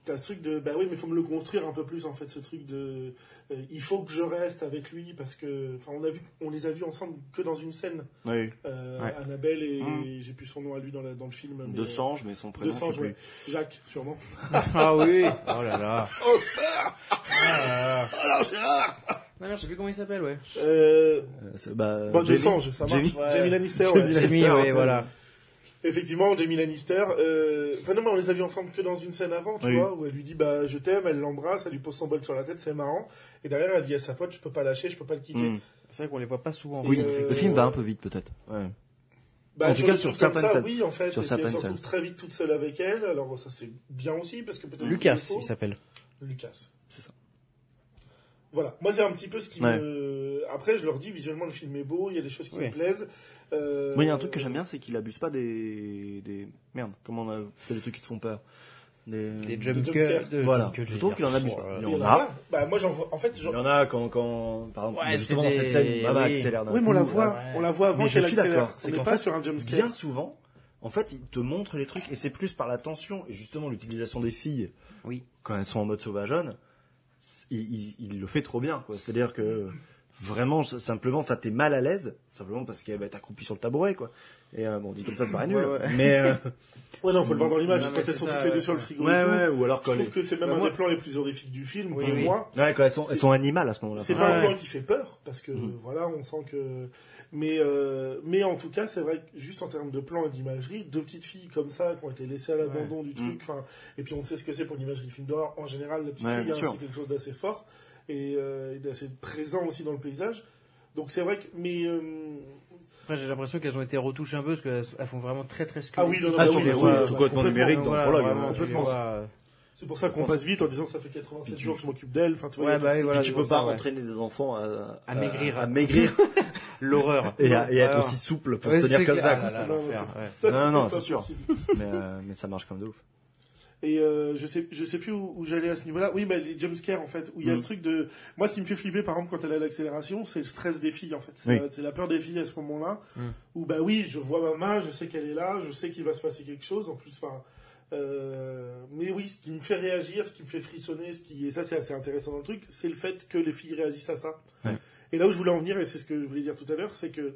A: t'as ce truc de... Bah oui, mais faut me le construire un peu plus, en fait, ce truc de... euh, il faut que je reste avec lui, parce que... Enfin, on, a vu- on les a vus ensemble que dans une scène.
C: Oui.
A: Euh,
B: Ouais.
A: Annabelle et...
C: Mm.
A: J'ai plus son nom à lui dans, la- dans le film. mais- euh,
C: De Sange, mais son
A: De
C: prénom,
A: Sange,
C: je sais plus.
A: ouais. Jacques, sûrement.
B: Ah
C: *laughs*
B: oui Oh là là
A: Oh,
B: Ah
C: Oh,
B: Non, non, je sais plus comment il s'appelle, ouais.
A: Euh,
C: Euh, c'est- bah,
A: bon, De
C: Jamie.
A: Sange, ça marche.
C: Jamie.
A: Jamie, Lannister, ouais.
C: Jamie
B: Jamie,
C: Lannister,
B: ouais,
C: ouais.
B: voilà.
A: Effectivement, Jamie Lannister. euh, Enfin, non, mais on les a vus ensemble que dans une scène avant, tu
C: Oui.
A: vois, où elle lui dit bah je t'aime, elle l'embrasse, elle lui pose son bol sur la tête, c'est marrant. Et derrière, elle dit à sa pote je peux pas lâcher, je peux pas le quitter.
C: Mm.
B: C'est vrai qu'on les voit pas souvent.
A: Oui, euh,
C: Le film va un peu vite, peut-être. Ouais.
A: Bah,
C: En tout cas,
A: des
C: sur
A: trucs comme
C: certaines
A: ça,
C: scènes.
A: Oui, en fait, et
C: Sur
A: puis
C: certaines
A: elle se retrouve
C: scènes.
A: très vite toute seule avec elle. Alors ça c'est bien aussi parce que peut-être qu'il
B: Lucas,
A: le faut.
B: il s'appelle.
A: Lucas.
C: C'est ça.
A: Voilà. Moi, c'est un petit peu ce qui
C: Ouais.
A: me. Après, je leur dis visuellement le film est beau, il y a des choses qui
B: Oui.
A: me plaisent. Euh,
C: Moi, il y a un truc que j'aime bien, c'est qu'il abuse pas des. des... Merde, comment on a. C'est des trucs qui te font peur. Des,
B: Des
A: jump
B: jump
A: scares.
B: cuts. de-
C: Voilà.
B: jump cuts,
C: Je trouve
B: veux
C: qu'il en
B: dire.
C: abuse
B: Oh
C: pas.
B: là là.
A: Il y en
C: on
A: a.
C: a.
A: pas. Bah moi, j'en vois. En fait,
C: Il
A: j'en-
C: y en a quand. quand par exemple,
B: Ouais,
C: justement,
B: c'est
C: dans
B: des-
C: cette scène, Baba
B: oui.
C: accélère d'un
A: oui, mais
C: coup,
A: on la
C: là.
A: voit.
B: ouais.
A: On la voit avant
C: Mais je
A: qu'elle
C: suis d'accord,
A: accélère.
C: c'est
A: On n'est
C: qu'en
A: pas
C: fait,
A: sur un jumpscare.
C: Bien souvent, en fait, il te montre les trucs et c'est plus par la tension et justement l'utilisation des filles
B: Oui.
C: quand elles sont en mode sauvageonne. c'est- Il, il- il le fait trop bien, quoi. C'est-à-dire que vraiment, s- simplement, enfin, t'es mal à l'aise, simplement parce qu'elle va être accroupie sur le tabouret, quoi. Et euh, bon, dit comme ça, c'est pas nul.
B: Ouais, ouais.
C: Mais
B: *laughs*
C: euh,
A: Ouais, non, faut le voir dans l'image,
B: Non,
A: parce
B: mais
A: qu'elles
B: c'est
A: sont
B: ça,
A: toutes les deux
B: ouais.
A: sur le frigo et
C: ouais,
A: tout.
C: ouais, ou alors
A: Je
C: quand
A: trouve
C: elles,
A: que c'est même
B: Bah,
A: un
B: moi-
A: des plans les plus horrifiques du film,
B: Oui,
A: pour
B: oui.
A: moi.
C: ouais, quand elles sont, elles sont animales à ce moment-là.
A: C'est
C: Enfin,
A: pas un
B: ouais.
A: plan qui fait peur, parce que
C: Mhm.
A: voilà, on sent que. Mais, euh, mais en tout cas, c'est vrai que juste en termes de plan et d'imagerie, deux petites filles comme ça qui ont été laissées à l'abandon du truc, enfin, et puis on sait ce que c'est pour l'imagerie film d'horreur. En général, la petite
C: Mm. Ouais,
A: fille,
C: bien
A: hein,
C: sûr.
A: c'est quelque chose d'assez fort et, euh, et d'assez présent aussi dans le paysage. Donc c'est vrai que. Mais. euh,
B: Après, j'ai l'impression qu'elles ont été retouchées un peu parce qu'elles elles font vraiment très très
A: Ah oui, non, non,
C: Ah,
A: bah
C: sur
A: oui,
C: les-
A: bah
C: oui,
A: ouais,
C: sur
A: bah,
C: complètement numérique dans le
B: Voilà,
C: prologue.
B: vraiment,
C: hein,
B: tu les
A: complètement.
B: vois, euh,
A: c'est pour ça qu'on passe vite en disant ça fait
C: Mm-hmm.
A: 87 jours que je m'occupe d'elle. Enfin, tu vois, il y a
B: Ouais, bah oui, voilà.
C: tu
B: je
C: peux
B: vois ça,
C: pas
B: ouais.
C: entraîner des enfants à,
B: À maigrir. *laughs*
C: à maigrir
B: L'horreur.
C: et à, et à être
B: Alors.
C: aussi souple pour
B: Ouais,
C: se tenir
B: c'est
C: comme
B: clair.
C: ça.
B: Ah
C: quoi.
B: là là,
A: Non,
B: l'enfer, ouais.
A: Ça,
C: Non, non,
A: pas
C: c'est sûr.
A: possible.
C: Mais, euh, mais ça marche comme de ouf.
A: Et euh, je sais, je sais plus où, où j'allais à ce niveau-là. Oui, mais les jumpscares, en fait, où il y a
C: Mm.
A: ce truc de. Moi, ce qui me fait flipper, par exemple, quand elle a l'accélération, c'est le stress des filles, en fait. C'est
C: Oui.
A: la- c'est la, peur des filles à ce moment-là.
B: Mm.
A: Où, bah oui, je vois ma main, je sais qu'elle est là, je sais qu'il va se passer quelque chose. En plus, enfin. euh, mais oui, ce qui me fait réagir, ce qui me fait frissonner, ce qui et ça c'est assez intéressant dans le truc, c'est le fait que les filles réagissent à ça.
C: Ouais.
A: Et là où je voulais en venir, et c'est ce que je voulais dire tout à l'heure, c'est que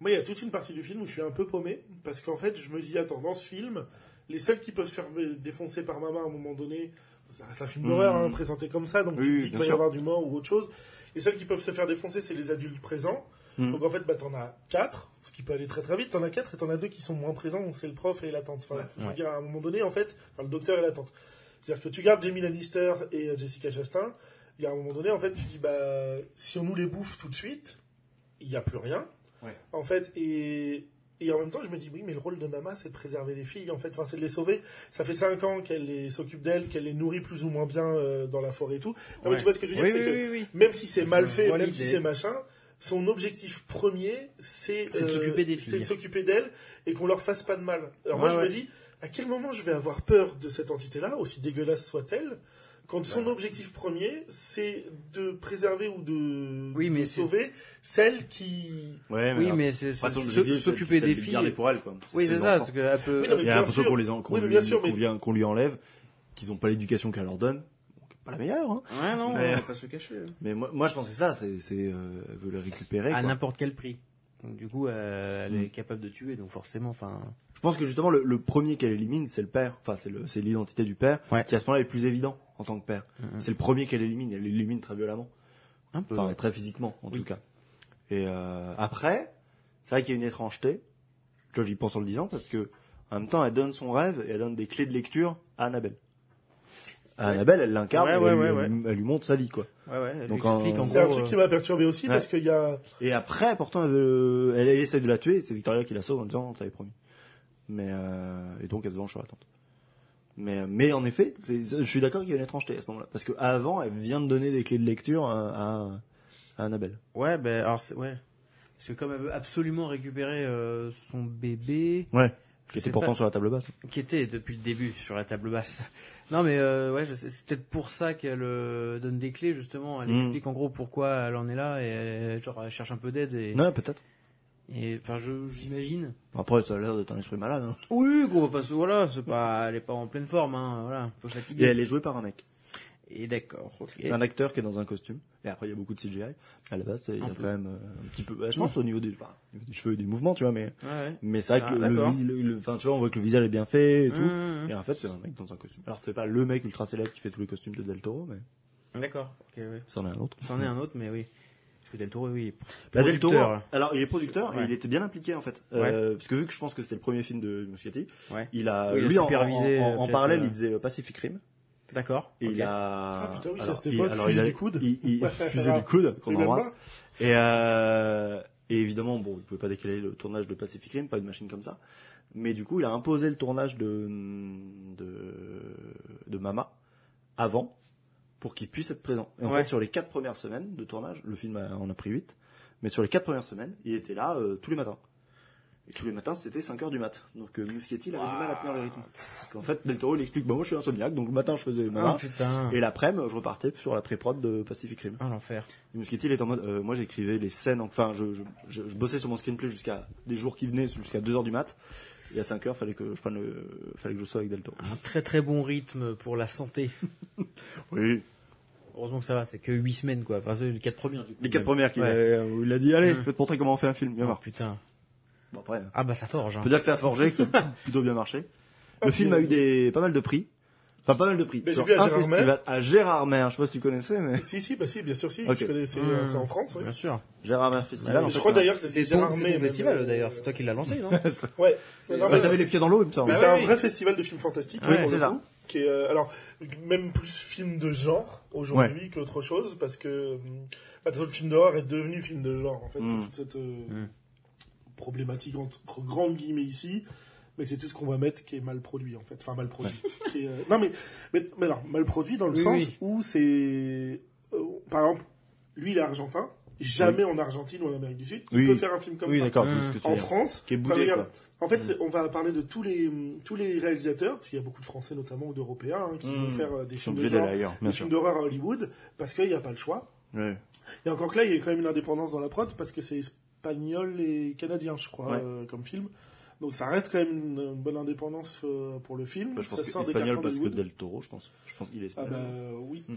A: moi il y a toute une partie du film où je suis un peu paumé parce qu'en fait je me dis attends dans ce film les seuls qui peuvent se faire défoncer par maman à un moment donné, ça reste un film d'horreur
C: Mhm.
A: hein, présenté comme ça, donc
C: Oui,
A: tu te
C: oui,
A: dis qu'il
C: bien
A: va y
C: sûr.
A: avoir du mort ou autre chose. Les seuls qui peuvent se faire défoncer, c'est les adultes présents.
C: Mm.
A: Donc en fait, bah, t'en as quatre, ce qui peut aller très très vite. T'en as quatre et t'en as deux qui sont moins présents, c'est le prof et la tante. Enfin,
C: Ouais.
A: je veux
B: Ouais.
A: dire, à un moment donné, en fait, enfin, le docteur et la tante. C'est-à-dire que tu gardes Jamie Lannister et euh, Jessica Chastain, il y a un moment donné, en fait, tu dis, bah, si on nous les bouffe tout de suite, il n'y a plus rien.
C: Ouais.
A: En fait, et, et en même temps, je me dis, oui, mais le rôle de Mama, c'est de préserver les filles, en fait, enfin, c'est de les sauver. Ça fait 5 ans qu'elle les- s'occupe d'elles, qu'elle les nourrit plus ou moins bien euh, dans la forêt et tout. Non, mais
C: Ouais.
A: tu vois ce que je veux dire,
B: Oui,
A: c'est
B: oui,
A: que
B: oui, oui.
A: même si c'est
B: Je
A: mal fait,
B: vois
A: même
B: l'idée.
A: si c'est machin, son objectif premier, c'est euh,
B: C'est de s'occuper des
A: c'est
B: filles.
A: de s'occuper d'elles et qu'on leur fasse pas de mal. Alors moi,
B: Ouais,
A: je
B: ouais.
A: me dis, à quel moment je vais avoir peur de cette entité-là, aussi dégueulasse soit-elle, quand son objectif premier, c'est de préserver ou de,
B: Oui, mais
A: de
B: c'est-
A: sauver celle qui...
C: Ouais,
B: Oui,
C: alors,
B: mais c'est
C: de toute façon,
B: se-
C: le jeu,
B: s'occuper
C: peut-être
B: des
C: les
B: filles.
C: garder pour elle, quoi.
B: Oui,
C: ses
B: c'est ça,
C: enfants.
B: parce que elle peut-
A: Oui, non, mais
C: Il y a
A: bien
C: l'impression
A: sûr.
C: qu'on les en- qu'on
A: Oui, mais
C: lui-
A: bien sûr,
C: qu'on
A: mais-
C: vient- qu'on lui enlève, qu'ils n'ont pas l'éducation qu'elle leur donne. Donc, Pas la meilleure, hein.
B: Ouais, non,
C: Mais-
B: on va pas se le cacher.
C: Mais moi, moi, je pense que ça, c'est, c'est, euh, elle veut le récupérer.
B: À
C: quoi.
B: n'importe quel prix. Donc, du coup, euh, elle
C: Mm.
B: est capable de tuer, donc forcément, enfin.
C: Je pense que justement, le, le premier qu'elle élimine, c'est le père. Enfin, c'est, le, c'est l'identité du père,
B: Ouais.
C: qui à ce moment-là est le plus évident en tant que père.
B: Mhm.
C: C'est le premier qu'elle élimine. Elle l'élimine très violemment.
B: Un peu.
C: Enfin, très physiquement, en
B: Oui.
C: tout cas. Et euh, après, c'est vrai qu'il y a une étrangeté. Tu vois, j'y pense en le disant, parce que en même temps, elle donne son rêve et elle donne des clés de lecture à Annabelle. À
B: Ouais.
C: Annabelle, elle l'incarne,
B: Ouais,
C: et
B: ouais,
C: elle, lui-
B: ouais,
C: elle
B: ouais.
C: lui- elle lui montre sa vie, quoi.
B: ouais, ouais, elle
C: donc,
B: lui explique
C: en-
B: en
A: C'est un
B: gros.
A: truc
B: euh,
A: qui m'a perturbé aussi
C: Ouais.
A: parce qu'il y a
C: Et après, pourtant, elle, veut- elle, elle essaie de la tuer, et c'est Victoria qui la sauve en disant, non, t'avais promis. Mais, euh, et donc, elle se venge sur la tante. Mais, euh, mais en effet, c'est- c'est- je suis d'accord qu'il y a une étrangeté à ce moment-là. Parce que avant, elle vient de donner des clés de lecture euh, à, à, à Annabelle.
B: Ouais, ben alors, c'est- ouais. Parce que comme elle veut absolument récupérer euh, son bébé,
C: Ouais.
B: je
C: Qui
B: sais
C: était pourtant
B: pas-
C: sur la table basse.
B: qui était depuis le début sur la table basse. Non, mais euh, ouais, je sais- c'est peut-être pour ça qu'elle euh, donne des clés justement. Elle
C: Mm.
B: explique en gros pourquoi elle en est là et elle, genre elle cherche un peu d'aide et,
C: Ouais, peut-être.
B: et enfin, je j'imagine.
C: Après, ça a l'air d'être un esprit malade. hein.
B: Oui, qu'on va pas se voilà, c'est pas, elle est pas en pleine forme, hein, voilà, un peu
C: Et
B: fatiguée.
C: elle est jouée par un mec.
B: Et d'accord. ok.
C: C'est un acteur qui est dans un costume. Et après, il y a beaucoup de CGI. À la base, il y a
B: Un
C: quand
B: peu.
C: même euh, un petit peu. Je pense au niveau des, enfin, au niveau des cheveux et des mouvements, tu vois. Mais,
B: Ouais, ouais.
C: mais c'est vrai
B: Ah,
C: que le- le,
B: d'accord.
C: vi- le- le- enfin, tu vois, on voit que le visage est bien fait et tout.
B: Mmh,
C: Et en fait, c'est un mec dans un costume. Alors, c'est pas le mec ultra célèbre qui fait tous les costumes de Del Toro, mais
B: mmh. D'accord. Ok, oui.
C: c'en est un autre.
B: C'en est un autre, mais oui. Parce que Del Toro, oui.
C: Bah, Del Toro,
B: producteur.
C: alors il est producteur et
B: Ouais.
C: il était bien impliqué en fait. Euh, Parce que vu que je pense que c'était le premier film de Muschietti,
B: Ouais.
C: il a,
B: Oui, il a
C: lui en-
B: supervisé,
C: en, en-
B: euh,
C: en
B: peut-être,
C: parallèle,
B: euh,
C: il faisait euh, Pacific Rim.
B: D'accord.
C: Et
B: ok.
C: il a.
A: Ah, putain, oui, ça,
C: alors,
A: c'était
C: il-
A: pas de
C: alors,
A: fusée
C: il a-
A: du coude.
C: Il, il, fusée du coude, qu'on
A: Et même
C: embrasse.
A: pas.
C: Et, euh, et évidemment, bon, il pouvait pas décaler le tournage de Pacific Rim, pas une machine comme ça. Mais du coup, il a imposé le tournage de, de, de Mama avant pour qu'il puisse être présent. Et en
B: Ouais.
C: fait, sur les quatre premières semaines de tournage, le film a- en a pris huit, mais sur les quatre premières semaines, il était là euh, tous les matins. Et tous les matins, c'était 5 heures du mat. Donc euh, Muschietti, il avait du mal à tenir le rythme. Parce qu'en fait, Del Toro, il explique, bah moi je suis insomniaque, donc le matin je faisais Mama,
B: Ah, putain.
C: et l'après-midi, je repartais sur la pré-prod de Pacific Rim.
B: Ah, l'enfer.
C: Et Muschietti, il est en mode, euh, moi j'écrivais les scènes, enfin je, je, je, je bossais sur mon screenplay jusqu'à des jours qui venaient, jusqu'à 2 heures du mat. Et à 5 heures, fallait que je prenne le, fallait que je sois avec Del Toro.
B: Un très très bon rythme pour la santé.
C: Oui.
B: Heureusement que ça va, c'est que 8 semaines quoi. Enfin, c'est les 4 premières du coup.
C: Les quatre
B: même.
C: premières qu'il
B: Ouais.
C: a, où il a dit, allez,
B: Mm.
C: je vais te montrer comment on fait un film, viens
B: Ah,
C: voir.
B: putain.
C: Bon après, euh,
B: Ah bah ça forge.
C: on
B: Hein.
C: peut dire que ça a forgé, que ça
A: *laughs*
C: a plutôt bien marché. Le
A: Ah,
C: film
A: puis-
C: a eu des, pas mal de prix. Enfin, pas mal de prix.
A: Mais
C: Sur
A: j'ai vu à
C: un
A: Gérardmer.
C: festival, à Gérardmer, je sais pas si tu connaissais, mais
A: Si, si, bah si, bien sûr, si.
C: Ok.
A: Je connais, c'est
B: Mmh.
A: c'est en France, oui.
B: Bien sûr.
C: Gérardmer Festival. en
A: je
C: fait,
A: crois
C: euh,
A: d'ailleurs que
B: C'est
A: c'est
B: ton,
A: Gérard
B: c'est
A: May,
B: ton
A: même,
B: festival
A: euh,
B: d'ailleurs, c'est toi qui l'as lancé non
A: Ouais. C'est
B: Bah,
C: Bah,
A: normal.
C: t'avais les pieds dans l'eau, il me semble.
A: Mais
B: Bah
A: c'est
B: ouais,
A: un
B: oui.
A: vrai festival de films fantastiques.
B: Ouais,
A: pour le
C: c'est ça.
A: coup, Qui est, euh, alors, même plus film de genre aujourd'hui qu'autre chose, parce que bah, le film d'horreur est devenu film de genre. En fait,
C: Mm.
A: c'est toute cette euh,
B: Mm.
A: problématique entre grandes guillemets ici. Mais c'est tout ce qu'on va mettre qui est mal produit, en fait. Enfin, mal produit. Qui est, euh, Non, mais, mais, mais alors, mal produit dans le
B: Oui,
A: sens
B: oui.
A: où c'est. euh, par exemple, lui, il est argentin. Jamais en Argentine ou en Amérique du Sud, il
C: Oui.
A: peut faire un film comme
C: Oui,
A: ça. Mmh.
C: d'accord,
B: Mm.
C: parce que tu
A: En
C: es-
A: France,
C: qui est
A: enfin,
C: boudé,
A: regarde,
C: quoi. Mm.
A: en fait, c'est- on va parler de tous les, tous les réalisateurs, parce qu'il y a beaucoup de Français notamment ou d'Européens hein, qui
C: Mm.
A: vont faire euh, des
C: Ils sont
A: films de
C: obligés d'aller
A: genre,
C: ailleurs, bien
A: des
C: sûr.
A: films d'horreur à Hollywood, parce qu'il n'y a pas le choix.
C: Ouais.
A: Et encore que là, il y a quand même une indépendance dans la prod, parce que c'est espagnol et canadien, je crois,
C: Ouais.
A: euh, comme film. Donc ça reste quand même une, une bonne indépendance euh, pour le film.
C: Bah, je pense
A: Ça
C: que
A: sort des
C: espagnol
A: cartons
C: parce que
A: d'Hollywood.
C: Del Toro, je pense. Je pense qu'il est
A: Ah
C: espagnol.
A: bah oui.
C: Mm.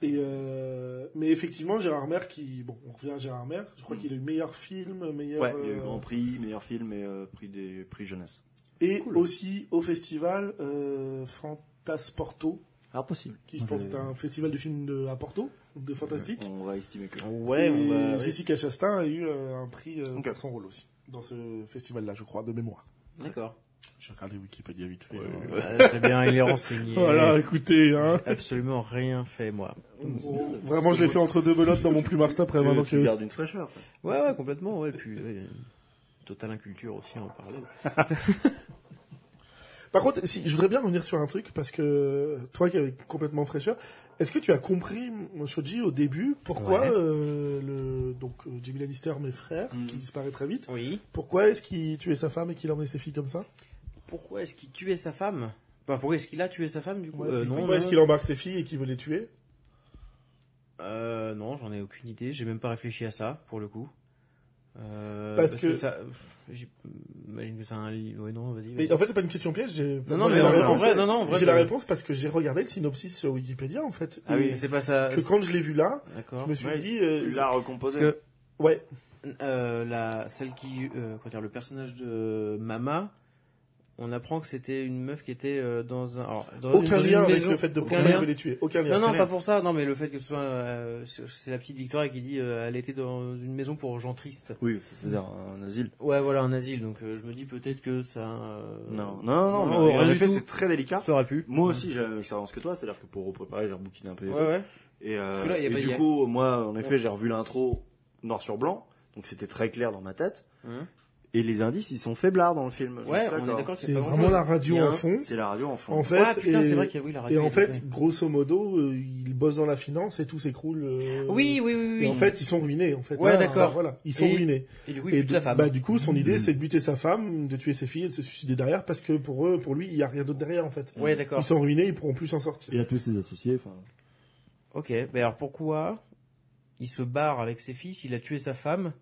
A: Et euh, mais effectivement, Gérard Mer qui... Bon, on revient à Gérard Mer, je crois
C: Mm.
A: qu'il a eu meilleur film, meilleur...
C: ouais, il y a eu
A: euh,
C: Grand Prix, meilleur film et euh, prix des prix jeunesse.
A: Et
C: Cool.
A: aussi au festival euh, Fantasporto,
C: Ah, possible.
A: qui je pense est un festival de films de, à Porto, de fantastique.
C: On va estimer
A: Oh,
C: que.
B: Ouais,
A: Et
B: on va- ouais.
A: Jessica Chastain a eu euh, un prix euh,
C: Ok.
A: pour son rôle aussi, dans ce festival-là, je crois, de mémoire.
B: D'accord.
A: J'ai regardé Wikipédia vite fait. hein.
B: Ouais, bah, c'est bien, il est renseigné.
A: Voilà, écoutez, hein.
B: J'ai Absolument rien fait, moi.
A: oh, Vraiment, je l'ai fait entre deux belotes dans mon plumarst après.
C: Tu,
A: vraiment
C: tu
A: que-
C: gardes une fraîcheur. quoi.
B: Ouais, ouais, complètement, ouais. Puis, ouais, totale inculture aussi, à en parler.
A: Par contre, si, je voudrais bien revenir sur un truc, parce que toi qui avais complètement fraîcheur, est-ce que tu as compris, mon Shoji, au début, pourquoi
B: Ouais. Mm.
A: euh, le, donc euh, Jamie Lannister, mes frères,
C: Mhm.
A: qui disparaît très vite,
B: Oui.
A: pourquoi est-ce qu'il tuait sa femme et qu'il emmenait ses filles comme ça
B: Pourquoi est-ce qu'il tuait sa femme Enfin, pourquoi est-ce qu'il a tué sa femme, du coup Euh, non,
A: Pourquoi est-ce
B: non.
A: qu'il embarque ses filles et qu'il veut les tuer
B: Euh, non, j'en ai aucune idée. J'ai même pas réfléchi à ça, pour le coup. Euh,
A: Parce que-
B: ça. bah, J'imagine que c'est un. li- Ouais, non, vas-y. vas-y.
A: Mais en fait, c'est pas une question piège. j'ai-
B: Non,
A: moi,
B: non,
A: j'ai
B: mais
A: la
B: en, en
A: réponse.
B: vrai, non, non, en vrai.
A: J'ai la
B: je-
A: réponse parce que j'ai regardé le synopsis sur Wikipédia, en fait.
C: Ah oui.
B: Mais c'est pas ça.
A: Que quand je l'ai vu là, je
B: D'accord.
A: me suis
C: Ouais,
A: dit... euh,
C: Tu l'as recomposé.
B: Parce que-
A: Ouais,
B: Euh, la, celle qui, euh, comment dire, le personnage de Mama, on apprend que c'était une meuf qui était euh, dans un, alors, dans une-
A: aucun
B: dans une
A: lien avec
B: maison-
A: le fait de
B: aucun
A: pourquoi
B: lien.
A: il veut les tuer. Aucun lien.
B: Non, non,
C: Aucun
B: pas
C: lien.
B: pour ça. Non, mais le fait que ce soit, euh, c'est la petite Victoria qui dit, euh, elle était dans une maison pour gens tristes.
C: Oui, ça veut dire un asile.
B: Ouais, voilà, un asile. Donc, euh, je me dis peut-être que ça. euh,
C: Non, non, non,
A: Oh,
B: Non,
C: mais
B: rien
C: en
B: du
C: effet,
B: tout.
C: c'est très délicat.
B: ça aurait pu.
C: Moi aussi, j'ai la même expérience que toi, c'est-à-dire que pour repréparer, j'ai rebouquiné un peu les
B: Ouais,
C: trucs.
B: ouais.
C: Et, euh,
B: Parce que là, il y a
C: et
B: pas- il y
C: du
B: a-
C: coup, moi, en effet, j'ai revu l'intro noir sur blanc, donc c'était très clair dans ma tête.
B: Hein
C: Et les indices, ils sont faiblards dans le film. je
B: ouais,
C: suis
B: on est d'accord. qu'il
A: C'est
B: y a pas
A: vraiment
B: grand-chose.
A: la
B: Il y
A: radio
B: a un-
A: en fond.
C: C'est la radio en fond.
A: En fait,
B: Ah putain,
A: et-
B: c'est vrai qu'il y a oui la radio.
A: Et en
B: ouais.
A: fait, grosso modo, euh, ils bossent dans la finance et tout s'écroule. euh,
B: oui, oui, oui, oui.
A: Et en fait, ils sont ruinés. En fait,
B: Ouais,
A: Ah,
B: d'accord.
A: Voilà, ils sont
B: Et-
A: ruinés.
B: et du coup,
A: et
B: il tue sa
A: du-
B: femme.
A: bah du coup, son
C: Mm-hmm.
A: idée, c'est de buter sa femme, de tuer ses filles, et de se suicider derrière, parce que pour eux, pour lui, il y a rien d'autre derrière en fait.
B: ouais, d'accord.
A: Ils sont ruinés, ils pourront plus s'en sortir.
C: Il a tous ses associés, enfin.
B: Ok, mais alors pourquoi il se barre avec ses fils Il a tué sa femme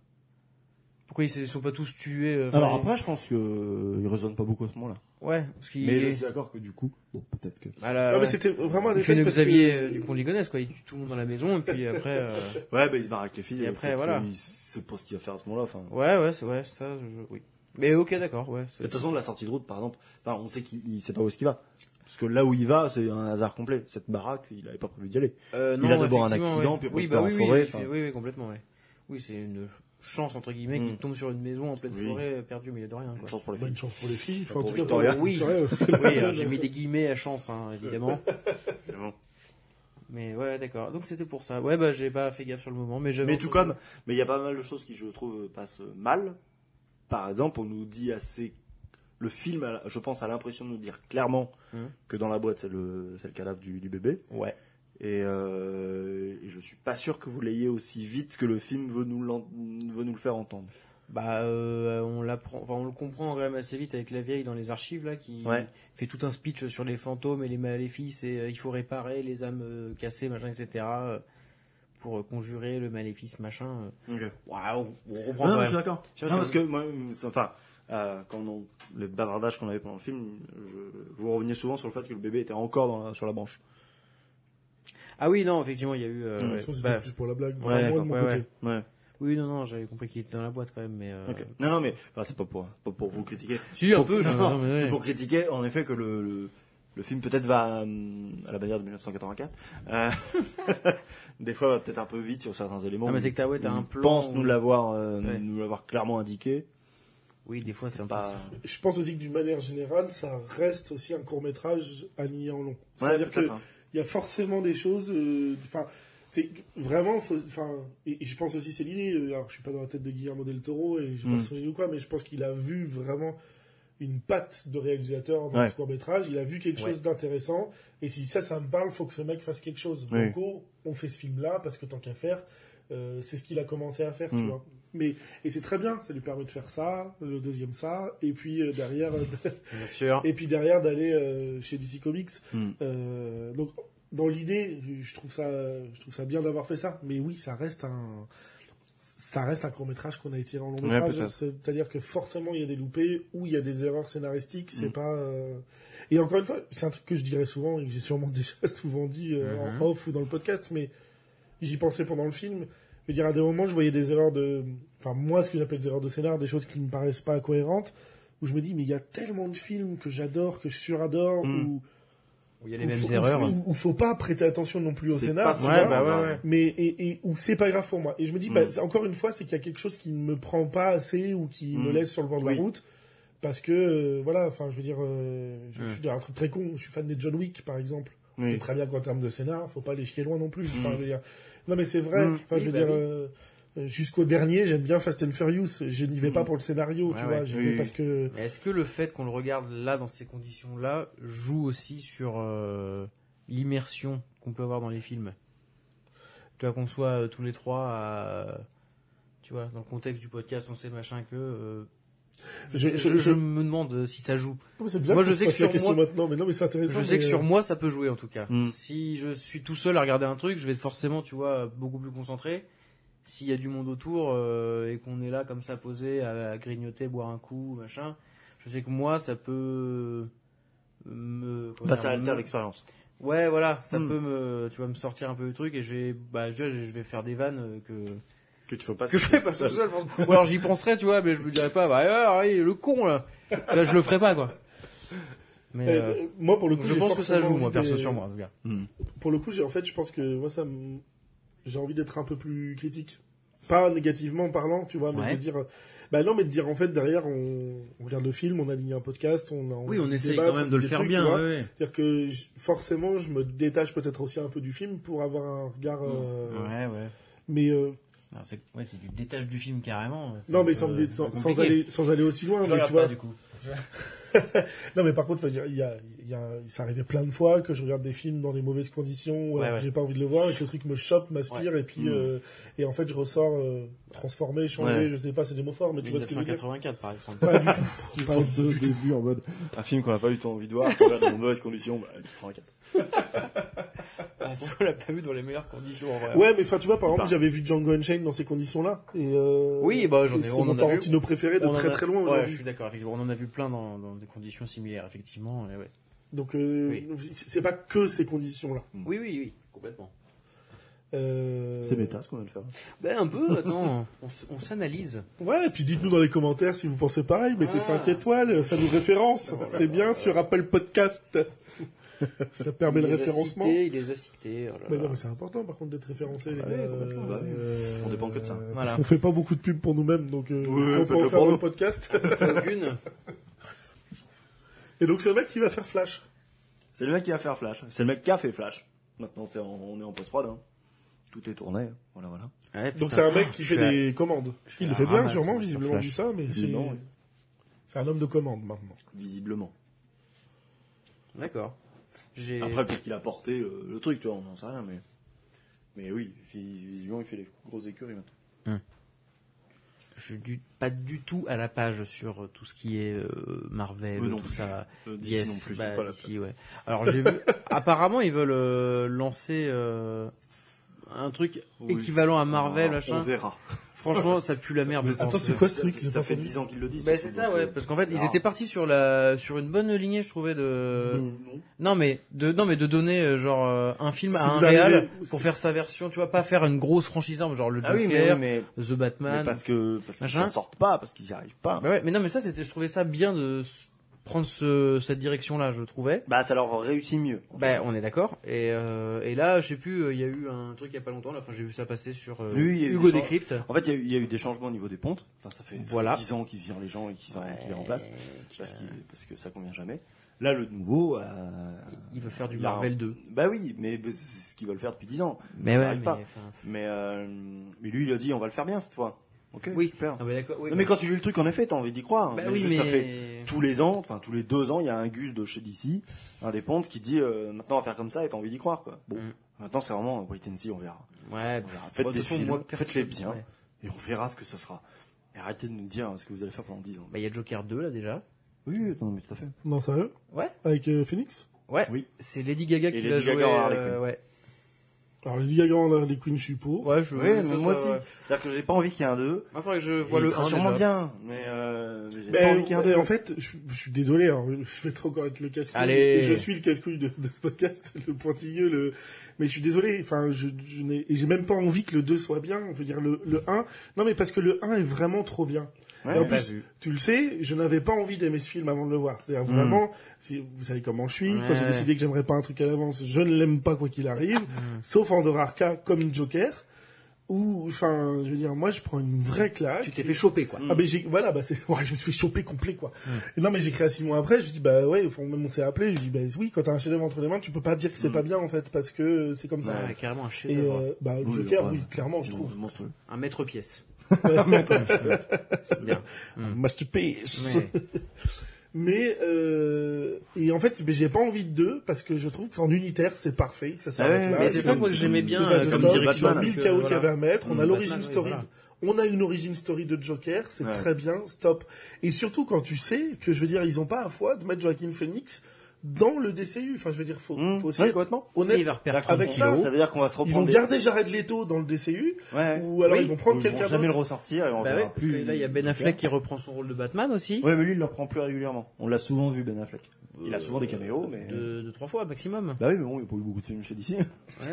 B: Pourquoi ils se sont pas tous tués euh,
C: Alors
B: enfin,
C: après, je pense que euh, il résonne pas beaucoup à ce moment-là.
B: Ouais, parce qu'il
D: Mais je
B: est...
D: suis d'accord que du coup, bon, peut-être que.
B: à la-
A: Non, mais c'était vraiment un
B: il fait
A: effet
B: le
A: parce que-
B: Xavier euh, du pont Ligonnès, quoi. Il tue tout le monde dans la maison, et puis après... euh, *laughs*
C: Ouais, bah, il se barre avec les filles.
B: Et
C: euh,
B: après,
C: peut-être
B: voilà.
C: qu'il se pose ce qu'il va faire à ce moment-là, enfin.
B: Ouais, ouais, c'est ouais, ça, je... oui. Mais ok, d'accord, ouais. c'est-
C: De toute façon, la sortie de route, par exemple, enfin, on sait qu'il il sait pas où est-ce qu'il va. Parce que là où il va, c'est un hasard complet. Cette baraque, il avait pas prévu d'y aller.
B: Euh,
C: a d'abord un
B: effectivement,
C: accident,
B: ouais.
C: puis après,
B: oui,
C: il se
B: bah,
C: barre en
B: oui,
C: forêt,
B: oui,
C: enfin.
B: oui, oui, oui, complètement, ouais. Oui, c'est une chance, entre guillemets, qu'il
C: Mm.
B: tombe sur une maison en pleine
C: Oui.
B: forêt, perdu au milieu de rien,
C: Une
B: quoi.
C: chance pour les filles.
A: Bonne chance pour les filles. Enfin, en
C: Pour
A: tout cas,
C: Victoria.
A: pour
B: Oui.
A: Victoria, parce que- *laughs*
B: oui,
C: *laughs*
B: alors, j'ai mis des guillemets à chance, hein, évidemment.
C: évidemment.
B: Mais ouais, d'accord. Donc c'était pour ça. Ouais, bah j'ai pas fait gaffe sur le moment, mais j'avais.
C: Mais tout
B: entendu-
C: comme, mais il y a pas mal de choses qui, je trouve, passent mal. Par exemple, on nous dit assez. Le film, a- je pense, a l'impression de nous dire clairement
B: Mhm.
C: que dans la boîte, c'est le, c'est le cadavre du, du bébé.
B: Ouais.
C: Et, euh, et je suis pas sûr que vous l'ayez aussi vite que le film veut nous, l'en- veut nous le faire entendre.
B: Bah, euh, on l'apprend, enfin, on le comprend quand même assez vite avec la vieille dans les archives là, qui
C: Ouais.
B: fait tout un speech sur les fantômes et les maléfices et euh, il faut réparer les âmes euh, cassées, machin, etc. euh, pour euh, conjurer le maléfice, machin. euh. Waouh, on comprend.
C: Non,
B: quand
C: mais
B: même.
C: je suis d'accord.
B: Je sais pas
C: Non,
B: si-
C: parce que moi, c'est- enfin, euh, quand on, le bavardage qu'on avait pendant le film, je- vous reveniez souvent sur le fait que le bébé était encore dans la- sur la branche.
B: Ah oui, non, effectivement, il y a eu. euh,
C: Mm.
B: ouais,
A: Ça, c'était
B: bah,
A: plus pour la blague.
B: ouais,
A: Enfin, moi, de mon
B: ouais, ouais.
A: côté.
C: Ouais.
B: oui, non, non, j'avais compris qu'il était dans la boîte quand même, mais. euh,
C: Ok. Euh, Non, non, mais enfin, c'est pas pour, pas pour vous critiquer.
B: Si, un
C: Pour-
B: peu. je-
C: *laughs* non,
B: non, mais
C: c'est
B: ouais.
C: pour critiquer en effet que le, le, le film peut-être va hum, à la manière de 1984. euh, *laughs* des fois va peut-être un peu vite sur certains éléments.
B: Ah, mais c'est que t'as ouais, t'as
C: On
B: un plan.
C: pense nous
B: où-
C: l'avoir euh,
B: Ouais.
C: nous l'avoir clairement indiqué.
B: Oui, des fois, c'est un peu.
C: Bah,
A: Je pense aussi que d'une manière générale, ça reste aussi un court métrage aligné en long.
C: ouais,
A: C'est-à-dire que
C: peut-être, hein.
A: il y a forcément des choses euh, enfin c'est vraiment faut- enfin et, et je pense aussi c'est l'idée euh, alors je suis pas dans la tête de Guillermo del Toro et j'ai
C: Mm.
A: pas son génie ou quoi mais je pense qu'il a vu vraiment une patte de réalisateur dans
C: Ouais.
A: ce court métrage il a vu quelque
B: Ouais.
A: chose d'intéressant et si ça ça me parle faut que ce mec fasse quelque chose
C: Oui.
A: donc oh, on fait ce film là parce que tant qu'à faire euh, c'est ce qu'il a commencé à faire tu
C: Mm.
A: vois mais et c'est très bien ça lui permet de faire ça le deuxième ça et puis euh, derrière
B: Bien sûr.
A: et puis derrière d'aller euh, chez DC Comics
C: Hmm.
A: euh, donc, dans l'idée, je trouve ça, je trouve ça bien d'avoir fait ça. Mais oui, ça reste un, ça reste un court métrage qu'on a étiré en long
C: Ouais,
A: métrage.
C: peut-être.
A: C'est-à-dire que forcément, il y a des loupés ou il y a des erreurs scénaristiques. C'est
C: Mm.
A: pas. euh, Et encore une fois, c'est un truc que je dirais souvent et que j'ai sûrement *laughs* déjà souvent dit euh,
C: Mm-hmm.
B: Mhm.
A: en off ou dans le podcast, mais j'y pensais pendant le film. Je veux dire, à des moments, je voyais des erreurs de, enfin, moi, ce que j'appelle des erreurs de scénar, des choses qui me paraissent pas cohérentes, où je me dis, mais il y a tellement de films que j'adore, que je suradore,
C: Mm.
A: ou
B: il y a les
A: où
B: mêmes
A: faut-
B: erreurs.
A: Où, où faut pas prêter attention non plus au
C: C'est
A: scénar.
C: pas
A: tu
C: Ouais,
A: vois.
C: bah ouais, ouais.
A: mais et, et où c'est pas grave pour moi. Et je me dis,
C: Mm.
A: bah, c'est- encore une fois, c'est qu'il y a quelque chose qui ne me prend pas assez ou qui me
C: Mm.
A: laisse sur le bord de
C: Oui.
A: la route. Parce que, euh, voilà, enfin, je veux dire, euh, je,
B: Mm.
A: je suis dans un truc très con. Je suis fan des John Wick, par exemple.
C: Oui.
A: C'est très bien qu'en termes de scénar, faut pas les chier loin non plus. Enfin, je veux dire- Non, mais c'est vrai.
C: Mm.
A: Enfin, je
B: Oui,
A: veux
B: bah
A: dire,
B: oui.
A: euh, euh, jusqu'au dernier, j'aime bien Fast and Furious. Je n'y vais pas
C: Mm.
A: pour le scénario,
B: Ouais,
A: tu
B: ouais.
A: vois. J'y
C: Oui,
A: vais
C: oui.
A: parce que.
B: Mais est-ce que le fait qu'on le regarde là, dans ces conditions-là, joue aussi sur euh, l'immersion qu'on peut avoir dans les films Tu vois, qu'on soit euh, tous les trois à- Tu vois, dans le contexte du podcast, on sait machin que... euh,
A: Je-
B: je,
A: je-
B: je
A: je-
B: me demande si ça joue.
A: Non, mais c'est bien
B: Moi,
A: qu'on
B: je
A: se
B: sais que
A: pose la
B: sur
A: question
B: moi-
A: maintenant. Mais non, mais c'est intéressant.
B: Je sais que
A: mais, euh,
B: sur moi, ça peut jouer en tout cas.
C: Mm.
B: Si je suis tout seul à regarder un truc, je vais être forcément, tu vois, beaucoup plus concentré. S'il y a du monde autour euh, et qu'on est là comme ça posé à, à grignoter, boire un coup, machin, je sais que moi, ça peut me. comment
C: Bah,
B: dire,
C: ça altère
B: me-
C: l'expérience.
B: Ouais, voilà, ça
C: Mm.
B: peut me, tu vois, me sortir un peu du truc et je vais, bah, tu vois, je je vais faire des vannes euh, que
C: Que tu fais pas.
B: que je fais pas tout seul. parce- Ou alors j'y penserais, tu vois, mais je me dirais pas, bah, alors, allez, le con là, là, je le ferai pas quoi. Mais
A: euh,
B: euh,
A: euh, moi, pour le coup,
B: je
A: j'ai
B: pense que ça
A: forcément
B: joue, moi,
A: envie de-
B: perso, sur moi, en tout cas.
A: Pour le coup, j'ai- en fait, je pense que moi, ça, me- j'ai envie d'être un peu plus critique. Pas négativement parlant, tu vois, mais
B: Ouais.
A: de dire, bah non, mais de dire en fait derrière, on, on regarde le film, on aligne un podcast, on, en
B: Oui, on essaye
A: débat,
B: quand même de
A: on dit
B: le
A: des
B: faire
A: trucs, tu
B: bien.
A: vois.
B: ouais, ouais.
A: C'est-à-dire que je- forcément, je me détache peut-être aussi un peu du film pour avoir un regard. euh,
B: Ouais, ouais.
A: Mais euh,
B: Alors, c'est ouais, c'est du détache du film carrément. c'est
A: non,
B: un
A: mais
B: peu-
A: sans, me dé-
B: c'est
A: sans, sans
B: compliqué.
A: aller sans aller aussi loin.
B: Je
A: mais
B: le regarde
A: tu
B: pas,
A: vois.
B: du coup.
A: Non, mais par contre, faut dire, il y a, il y a, ça arrivait plein de fois que je regarde des films dans des mauvaises conditions,
B: Ouais,
A: alors que
B: ouais.
A: j'ai pas envie de le voir, et que le truc me chope, m'aspire, et puis
C: Mmh.
A: euh, et en fait, je ressors euh, transformé, changé,
C: Ouais.
A: je sais pas, c'est des mots forts, mais tu vois ce que je veux dire.
B: 1984 par exemple.
A: Pas du tout.
D: Je pense au début en mode.
C: *laughs* Un film qu'on n'a pas eu tant envie de voir, qu'on regarde dans de mauvaises conditions, bah, tu prends un quatre.
B: *laughs* Ah, ça, on l'a pas vu dans les meilleures conditions en vrai.
A: Ouais, mais enfin, tu vois, par
C: Bah.
A: exemple, j'avais vu Django Unchained dans ces conditions-là, et euh,
B: Oui, bah, j'en ai-
A: et c'est
B: on en a
A: mon
B: vu.
A: Tarantino préféré de
B: On en
A: très
B: a-
A: très loin
B: Ouais,
A: aujourd'hui.
B: je suis d'accord, effectivement. On en a vu plein dans, dans des conditions similaires, effectivement. et ouais.
A: Donc, euh,
B: Oui.
A: c'est pas que ces conditions-là.
B: Oui, oui, oui, complètement.
A: Euh...
C: C'est méta ce qu'on vient de faire.
B: Ben, un peu, attends, on s- on s'analyse.
A: Ouais, et puis dites-nous dans les commentaires si vous pensez pareil, mettez
B: Ah.
A: 5 étoiles, ça nous référence, c'est bien sur Apple
B: *laughs*
A: Podcast. ça permet le
B: Il les a
A: référencement.
B: cités, Il les a cités. oh là
A: Mais
B: là.
A: non, mais c'est important par contre d'être référencé, les
B: Bah
A: gars.
B: oui, complètement,
A: euh,
C: bah oui.
A: euh,
C: On dépend que de ça.
A: Parce
B: Voilà.
A: qu'on fait pas beaucoup de pubs pour nous-mêmes, donc euh,
C: Oui,
A: si on peut
C: faites-le
A: en faire
C: pour
A: dans
C: nous.
A: le podcast. *laughs*
B: Aucune.
A: et donc ce mec, il va faire Flash.
C: C'est le mec qui va faire Flash. C'est le mec qui a fait Flash. Maintenant, c'est en- on est en post-prod. hein. Tout est tourné. Voilà, voilà.
A: Donc
C: Ah,
A: c'est un mec qui
B: Je
A: fait
B: suis à-
A: des commandes.
B: suis
A: Il
B: à
A: le fait
B: la
A: bien
B: ramasse,
A: sûrement,
B: moi, sur
A: visiblement, on
B: Flash.
A: dit ça, mais c'est
C: Visiblement, oui.
A: c'est un homme de commande maintenant.
C: Visiblement.
B: D'accord. J'ai.
C: Après, peut-être qu'il a porté euh, le truc, tu vois, on n'en sait rien, mais. Mais oui, vi- visiblement, il fait les grosses écuries maintenant.
B: Je suis du- pas du tout à la page sur euh, tout ce qui est euh, Marvel,
C: Eux non
B: tout
C: plus.
B: ça.
C: Euh, d'ici
B: Yes,
C: non plus,
B: bah,
C: c'est pas la
B: d'ici, ouais. Alors j'ai vu. *laughs* Apparemment, ils veulent euh, lancer euh, un truc
C: Oui.
B: équivalent à
C: peine.
B: Marvel,
C: on,
B: machin.
C: On verra.
B: Franchement, ça pue la merde. je
A: Attends,
B: pense.
A: c'est quoi ce truc
C: Ça,
A: j'ai pas
C: fait
A: entendu
C: 10 ans qu'ils le disent.
B: Bah, c'est ça, ouais. Parce qu'en fait, ils
C: alors.
B: étaient partis sur la sur une bonne lignée, je trouvais de.
C: Euh, Non.
B: Non mais de non mais de donner euh, genre euh, un film
A: Si
B: à un
A: vous arrivez-
B: réal
A: si-
B: pour faire sa version, tu vois, pas faire une grosse franchise énorme, genre le
C: Ah oui, mais,
B: Joker,
C: oui, mais,
B: The Batman.
C: mais parce que parce qu'ils
B: Machin.
C: s'en sortent pas, parce qu'ils n'y arrivent pas.
B: Bah ouais, mais non mais ça c'était je trouvais ça bien de s- prendre ce cette direction là, je trouvais.
C: Bah, ça leur réussit mieux.
B: Bah on est d'accord et euh, et là je sais plus euh, il y a eu un truc il y a pas longtemps là, enfin j'ai vu ça passer sur euh,
C: Oui, il y a eu
B: Hugo
C: des gens-
B: Décrypte.
C: En fait, il y, a eu- il y a eu des changements au niveau des pontes. Enfin, ça fait, ça fait
B: Voilà.
C: 10 ans qu'ils virent les gens et qu'ils en- qu'ils les remplacent.
B: Et-
C: Parce, qu'il- parce que ça convient jamais. Là, le nouveau. euh,
B: Il veut faire du
C: il y a un-
B: Marvel 2.
C: Bah oui, mais c'est ce qu'ils veulent faire depuis 10 ans.
B: Mais
C: ça
B: ouais,
C: arrive
B: mais,
C: pas.
B: enfin,
C: Mais, euh, mais lui, il a dit, on va le faire bien cette fois. Ok,
B: Oui.
C: super.
B: ah, bah, d'accord, oui,
C: non, mais quand tu lis le truc, en effet, t'as envie d'y croire. hein.
B: bah,
C: mais
B: oui,
C: juste,
B: mais
C: ça fait tous les ans, enfin tous les deux ans, il y a un gus de chez DC, un des pontes, qui dit euh, maintenant on va faire comme ça et t'as envie d'y croire quoi. Bon,
B: Mm.
C: maintenant c'est vraiment euh, wait and see, on verra.
B: ouais,
C: On verra.
B: bon, de
C: Faites
B: toute
C: des
B: façon,
C: films,
B: moi,
C: faites-les
B: perso-
C: bien
B: ouais.
C: et on verra ce que ça sera. Et arrêtez de nous dire hein, ce que vous allez faire pendant 10 ans.
B: Bah, il y a Joker 2 là déjà.
C: Oui, oui, non, mais tout à fait.
A: Non, sérieux
B: Ouais.
A: Avec euh, Phoenix
B: Ouais.
C: Oui.
B: C'est Lady Gaga qui
C: Lady
B: l'a
C: Gaga
B: joué.
C: en Harley
B: euh,
C: Quinn.
B: ouais.
A: Alors, les Gaga en Harley Quinn, je suis pour.
B: Ouais, je
C: Oui, mais
B: ça, ça,
C: moi aussi.
B: ouais.
C: C'est-à-dire que j'ai pas envie qu'il y ait un 2.
B: Il faudrait que je vois le
C: sera
B: 1
C: sûrement
B: déjà.
C: bien, mais, euh, mais j'ai
A: Mais
C: pas envie qu'il y ait un 2.
A: en fait, je, je suis désolé, hein, je vais trop encore être le casse-couille.
B: Allez.
A: Et Je suis le casse-couille de, de ce podcast, le pointilleux, le. Mais je suis désolé, enfin, je, je n'ai, et j'ai même pas envie que le 2 soit bien. Je veux dire, le, le 1, non mais parce que le 1 est vraiment trop bien.
B: Bah
A: Et en plus, tu le sais, je n'avais pas envie d'aimer ce film avant de le voir. C'est-à-dire vraiment, si- vous savez comment je suis, quand j'ai
B: Ouais.
A: décidé que j'aimerais pas un truc à l'avance, je ne l'aime pas quoi qu'il arrive, sauf en rare cas comme Joker, où, enfin, je veux dire, moi je prends une vraie claque.
B: Tu t'es fait choper,
C: Mm.
B: quoi.
A: Ah ben j'ai voilà bah c'est *laughs* ouais, je me suis fait choper complet quoi. Et non mais j'écris à six mois après, je dis bah ouais, au fond, même on s'est appelé, je dis bah oui, quand t'as un chef-d'œuvre entre les mains, tu peux pas dire que c'est pas bien en fait parce que euh, c'est comme ça.
B: Ouais, carrément un
A: Et
B: chef-d'œuvre.
A: euh, bah
C: Oui,
A: Joker
C: ouais. Mm.
A: oui, clairement je trouve.
C: monstrueux.
B: Un maître-pièce.
A: C'est bien. Masterpiece.
B: Mais-
A: Mais euh, et en fait, mais j'ai pas envie de deux parce que je trouve qu'en unitaire c'est parfait, que ça s'arrête
C: ouais,
A: là.
B: mais c'est ça que moi,
C: comme-
B: j'aimais bien
A: Nous
B: euh,
A: avons
B: comme
A: dans-
B: direction.
A: dans
B: c'est
A: mille
B: que,
A: chaos qu'il y
B: voilà.
A: avait à mettre, on a
B: Batman,
A: l'origine
B: oui,
A: story.
B: voilà.
A: On a une origin story de Joker, c'est
C: Ouais.
A: très bien, stop. Et surtout quand tu sais que je veux dire, ils ont pas à foi de mettre Joaquin Phoenix dans le DCU. Enfin, je veux dire, faut,
C: Mmh,
A: faut aussi
C: ouais,
A: être
C: complètement.
B: Et il
A: honnête.
B: va repérer
A: Avec
B: 30
A: ça,
B: kilos.
C: Ça veut dire qu'on va se
A: Ils vont
C: reprendre. des-
A: garder Jared Leto dans le DCU,
C: Ouais.
A: ou alors
B: Oui.
A: ils vont prendre quelqu'un
C: jamais le
A: d'autre.
C: ressortir et on
B: Bah oui,
C: verra
B: parce que
C: plus.
B: là, il y a Ben Affleck qui reprend son rôle de Batman aussi.
C: Ouais, mais lui, il le reprend plus régulièrement. On l'a souvent vu, Ben Affleck. Il a souvent des caméos, mais.
B: Deux, deux, trois fois maximum.
C: Bah oui, mais bon, il n'y a pas eu beaucoup de films chez DC.
B: Ouais,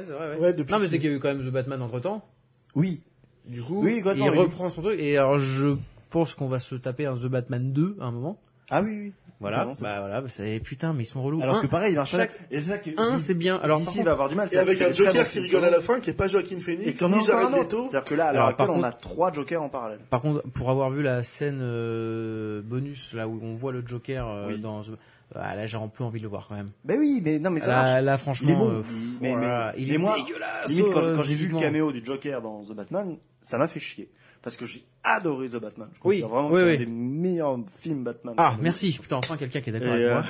B: c'est vrai, ouais.
A: Ouais, depuis
B: non, mais
A: qu'il-
B: c'est qu'il y a eu quand même The Batman entre temps.
C: *laughs* Oui.
B: Du coup,
C: Oui, quoi,
B: il
C: attends, mais-
B: reprend son truc. Et alors, je pense qu'on va se taper un The Batman 2 à un moment.
C: Ah oui, oui.
B: Voilà.
C: Clairement, ça.
B: Bah voilà, c'est putain, mais ils sont relous.
C: Alors
B: un,
C: que pareil, il marche
B: chaque-
C: Et c'est ça que.
B: un, c'est bien. Alors, par
C: DC
B: contre,
C: va avoir du mal.
A: Et avec un Joker qui rigole à
C: la
A: la fin, qui est pas Joaquin Phoenix,
C: Et qu'on
A: ni
C: en a
A: Jared
C: un autre.
A: Leto.
C: C'est-à-dire que là, à l'heure
B: Alors,
C: actuelle,
B: par
C: on a trois Jokers en parallèle.
B: Par contre, pour avoir vu la scène euh, bonus là où on voit le Joker euh,
C: Oui.
B: dans, The- ah, là j'ai un peu envie de le voir quand même.
C: Ben oui, mais non, mais ça marche.
B: Là, là, franchement,
C: Il est bon.
B: euh, pff,
C: Mais-
B: voilà,
C: mais-
B: il
C: mais
B: est
C: moi,
B: dégueulasse.
C: Limite, quand,
B: euh,
C: quand j'ai vu le
B: physiquement.
C: caméo du Joker dans The Batman, ça m'a fait chier. Parce que j'ai adoré The Batman. Je
B: Oui,
C: considère vraiment
B: oui,
C: que c'est
B: oui.
C: un des meilleurs films Batman.
B: Ah merci, putain enfin quelqu'un qui est
C: Et,
B: d'accord avec
C: euh,
B: moi.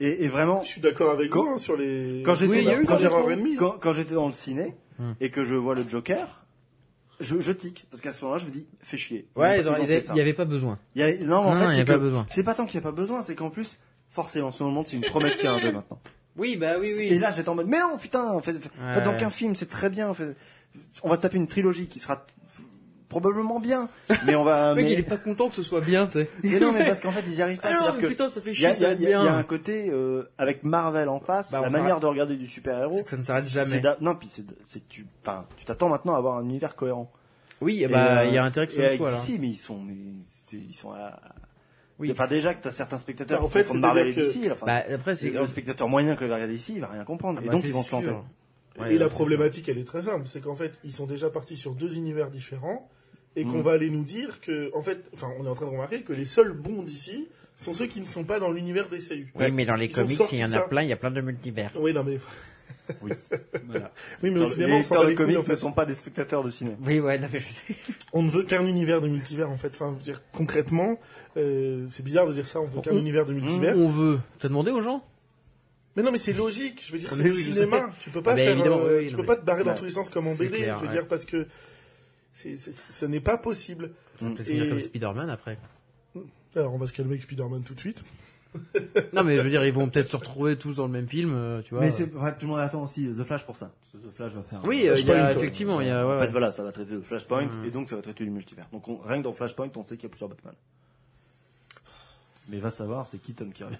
C: et, et vraiment,
A: Je suis d'accord avec
C: Quand-
A: vous hein, sur les.
C: quand j'étais
B: Oui, il y a eu
C: quand
A: quand
C: j'étais-
A: Gérard Enemy.
C: quand- quand j'étais dans le ciné
B: Hmm.
C: et que je vois le Joker, je, je tique. Parce qu'à ce moment-là, je me dis, fait chier. Ils ont-
B: Ouais, ils
C: ils ont
B: auraient-
C: fait
B: il
C: ça.
B: n'y avait pas besoin.
C: Il y a- non, mais en
B: Non, il y
C: fait,
B: a
C: c'est
B: pas
C: que-
B: besoin.
C: c'est pas tant qu'il n'y a pas besoin, c'est qu'en plus, forcément, ce moment, c'est une promesse qui est un peu maintenant.
B: Oui bah oui oui.
C: Et là, j'étais en mode, mais non, putain, en fait, en fait,
B: Ouais.
C: dans qu'un film, c'est très bien. en fait. on va se taper une trilogie qui sera probablement bien, mais on
B: *laughs*
C: va.
B: le mec
C: mais-
B: il est pas content que ce soit bien, tu *laughs* sais.
C: Mais non, mais parce qu'en fait, ils y arrivent pas.
B: Ah non,
C: C'est-à-dire
B: mais
C: que
B: putain, ça fait
C: il y
B: chier,
C: a, il y
B: ça
C: a-
B: va
C: il y a- il y a un
B: bien.
C: côté euh, avec Marvel en face,
B: Bah, on
C: la
B: s'arrête.
C: manière de regarder du super-héros.
B: C'est que ça ne s'arrête jamais.
C: c'est d'a- Non, puis c'est de- c'est que tu, enfin, tu t'attends maintenant à avoir un univers cohérent.
B: Oui, bah
C: Et, euh,
B: il y a intérêt que
C: et
B: ce
C: avec
B: soit là.
C: DC, mais ils sont, mais c'est- ils sont à.
B: Oui.
C: Enfin, déjà que t'as certains spectateurs
A: Bah, en
C: qui
A: fait,
C: font de
A: c'est-à-dire
C: Marvel et
A: que-
C: DC. Enfin,
B: Bah après c'est
C: le spectateur moyen qui va regarder DC, il va rien comprendre.
B: Ah,
C: et
B: bah,
C: donc,
B: c'est
C: ils vont se
B: sûr.
C: planter.
B: Ouais,
A: et
B: ouais,
A: la
B: c'est
A: problématique, elle est très simple, c'est qu'en fait, ils sont déjà partis sur deux univers différents et qu'on
C: Mm.
A: va aller nous dire que, en fait, enfin, on est en train de remarquer que les seuls bons d'ici sont ceux qui ne sont pas dans l'univers des CU.
B: sûr. Oui, mais dans les
A: Ils ont
B: comics,
A: sorti
B: il y en a
A: ça.
B: plein, il y a plein de multivers.
A: Oui, non, mais,
B: Voilà.
A: oui, mais au
C: Dans-
A: cinéma,
C: les
A: on s'en bat
C: lecteurs de
A: les couilles,
C: comics
A: en
C: ne
A: fait.
C: sont pas des spectateurs de cinéma.
B: Oui, ouais, non, mais je sais.
A: On ne veut qu'un univers de multivers, en fait. Enfin, je veux dire, concrètement, euh, c'est bizarre de dire ça, on veut qu'un
B: On-
A: univers de multivers.
B: On veut. T'as demandé aux gens
A: Mais non, mais c'est logique. Je veux dire,
B: Ah,
A: c'est
B: mais
A: du
B: oui, je
A: cinéma. Tu peux pas
B: Ah, bah,
A: faire,
B: évidemment,
A: euh,
B: oui,
A: tu
B: non,
A: peux
B: mais
A: pas te barrer dans
C: ouais.
A: tous les sens comme en
B: C'est
A: BD.
B: clair,
A: je veux
B: ouais.
A: dire, parce que c'est, c'est- ce n'est pas possible.
B: Ça va peut-être
A: Et-
B: finir comme Spider-Man après.
A: Alors, on va se calmer avec Spider-Man tout de suite.
B: Non, mais je veux dire, ils vont peut-être se retrouver tous dans le même film, euh, tu vois.
C: Mais c'est, ouais, tout le monde attend aussi The Flash pour ça. The Flash va faire.
B: Oui, euh, il y
A: Flashpoint,
B: a,
A: ouais.
B: effectivement, il y a, ouais,
C: En fait,
B: ouais.
C: voilà, ça va traiter de Flashpoint
B: Hmm.
C: et donc ça va traiter du multivers. Donc on, rien que dans Flashpoint, on sait qu'il y a plusieurs Batman. Mais va savoir, c'est Keaton qui revient.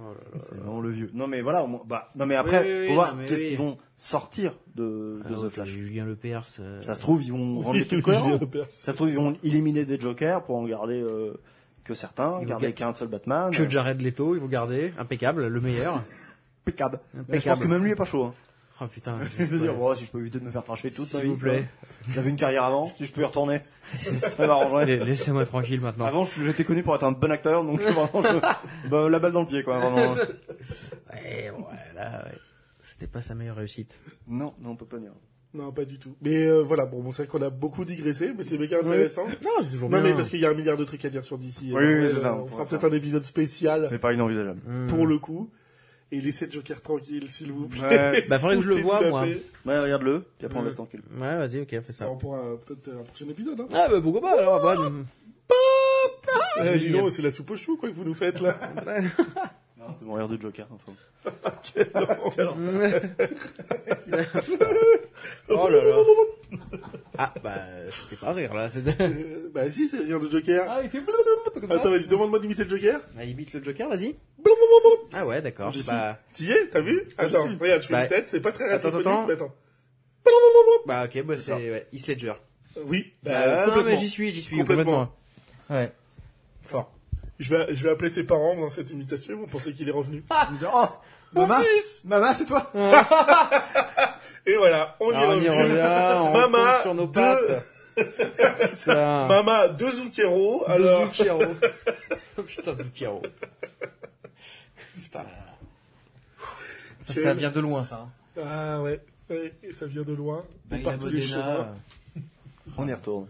B: Oh
C: C'est vraiment le vieux. Non mais voilà, au moins- bah, non mais
B: Euh,
C: après,
B: Oui, oui, oui,
C: faut voir
B: non, mais
C: qu'est-ce
B: oui. Ah,
C: qu'ils vont sortir de, de
B: Alors,
C: The Flash.
B: Julien Lepers. euh,
C: Ça se trouve, ils vont rendre des
A: *laughs*
B: *laughs*
C: trucs cohérents. Ça se trouve, ils vont éliminer des Jokers pour en garder euh, que certains,
B: Ils vont
C: garder
B: ga-
C: qu'un seul Batman. euh,
B: Que Jared Leto, ils vont garder. Impeccable, le meilleur.
C: Impeccable. Mais je pense que
B: Impeccable.
C: même lui est
B: *laughs*
C: pas chaud. Hein.
B: Oh putain.
C: Il se dire, bon, si *laughs* je peux éviter de me faire tracher toute ma
B: S'il
C: vie,
B: vous plaît.
C: J'avais une carrière avant, si je peux
B: *laughs*
C: y retourner, ça m'arrangerait.
B: La- Laissez-moi tranquille maintenant.
C: Avant, je- j'étais connu pour être un bon acteur, donc vraiment, je- bah, la balle dans le pied, quoi, vraiment.
B: *laughs* Ouais, ouais, là, ouais. C'était pas sa meilleure réussite.
C: Non, non, on peut pas dire.
A: Non, pas du tout. Mais euh, voilà, bon, bon, c'est vrai qu'on a beaucoup digressé, mais c'est méga intéressant.
B: Non, c'est toujours
A: Non,
B: bien.
C: hein.
A: mais parce qu'il y a un milliard de trucs à dire sur DC.
C: Oui, oui, c'est ça, on
A: euh, On
C: pourra
A: fera
C: faire.
A: peut-être un épisode spécial
C: C'est pas inenvisageable.
B: Hmm.
A: pour le coup. Et laissez Joker tranquille, s'il vous plaît.
C: Ouais,
B: Bah, faudrait que je le
A: Foutez-nous
B: voie,
A: la
B: moi.
A: paix. Ah,
C: ouais regarde-le, puis après on laisse tranquille.
B: Ouais, vas-y, ok, fais ça.
A: Alors, pour un- euh, peut-être un prochain épisode. Hein.
B: Ah, bah, pourquoi pas, alors, bah, hum.
A: Eh, dis donc, c'est la soupe au chou, quoi, que vous nous faites, là.
C: *laughs* On peut mourir de Joker, enfin.
B: *laughs* Oh là là. Ah, bah, c'était pas rire, là. c'était-
A: Euh, bah, si, c'est le rire de Joker.
B: Ah, il fait blablabla, comme ça.
A: Attends, vas-y, demande-moi d'imiter le Joker.
B: Ah, il bite le Joker, vas-y. Ah ouais, d'accord.
A: Je suis.
B: Bah,
A: T'y es, t'as vu Attends,
C: suis.
A: regarde, je fais
B: Bah,
A: une tête, c'est pas très
B: attends,
A: radiophonique,
B: attends.
A: mais attends.
B: bah ok, bah c'est ouais, Heath Ledger.
A: Oui,
B: Ah,
A: bah,
B: non, mais
A: complètement.
B: Ah, j'y suis, j'y suis
A: Complètement.
B: complètement. Ouais. Fort.
A: Je vais, je vais appeler ses parents dans cette imitation, ils vont penser qu'il est revenu.
B: Ah
C: Ils disent, oh, maman, maman, c'est toi.
A: *laughs* Et voilà, on y
B: Ah, on
A: est
B: y
A: revenu.
B: revient, *laughs* on
A: Mama
B: tombe sur nos
A: de-
B: *laughs* pattes. C'est ça.
A: Mama, deux Zucchero,
B: De
A: alors...
B: Zucchero. Putain, Zucchero. Putain. là, là. Ça
A: Quel-
B: vient de loin, ça. hein.
A: Ah ouais, ouais, et ça vient de loin, de
B: Baila
A: par tous les
B: Ah, Modena,
A: chemins.
C: On y retourne.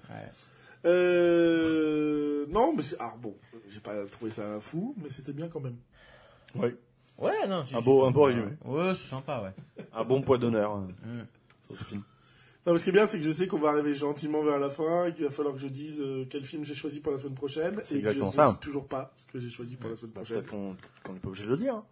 A: Euh, non, mais c'est... Alors bon, j'ai pas trouvé ça fou, mais c'était bien quand même.
C: Oui.
B: euh, Ouais, non. c'est
C: Un
B: juste
C: beau- un beau
B: sympa.
C: résumé.
B: Ouais, c'est sympa, ouais.
C: Un bon poids d'honneur. euh,
B: Mm.
C: sur ce film.
A: Non, mais ce qui est bien, c'est que je sais qu'on va arriver gentiment vers la fin et qu'il va falloir que je dise euh, quel film j'ai choisi pour la semaine prochaine.
C: C'est
A: et que je
C: exactement
A: sais
C: ça.
A: toujours pas ce que j'ai choisi pour la semaine
C: Bah,
A: prochaine.
C: Peut-être qu'on qu'on n'est pas obligé de le dire. hein.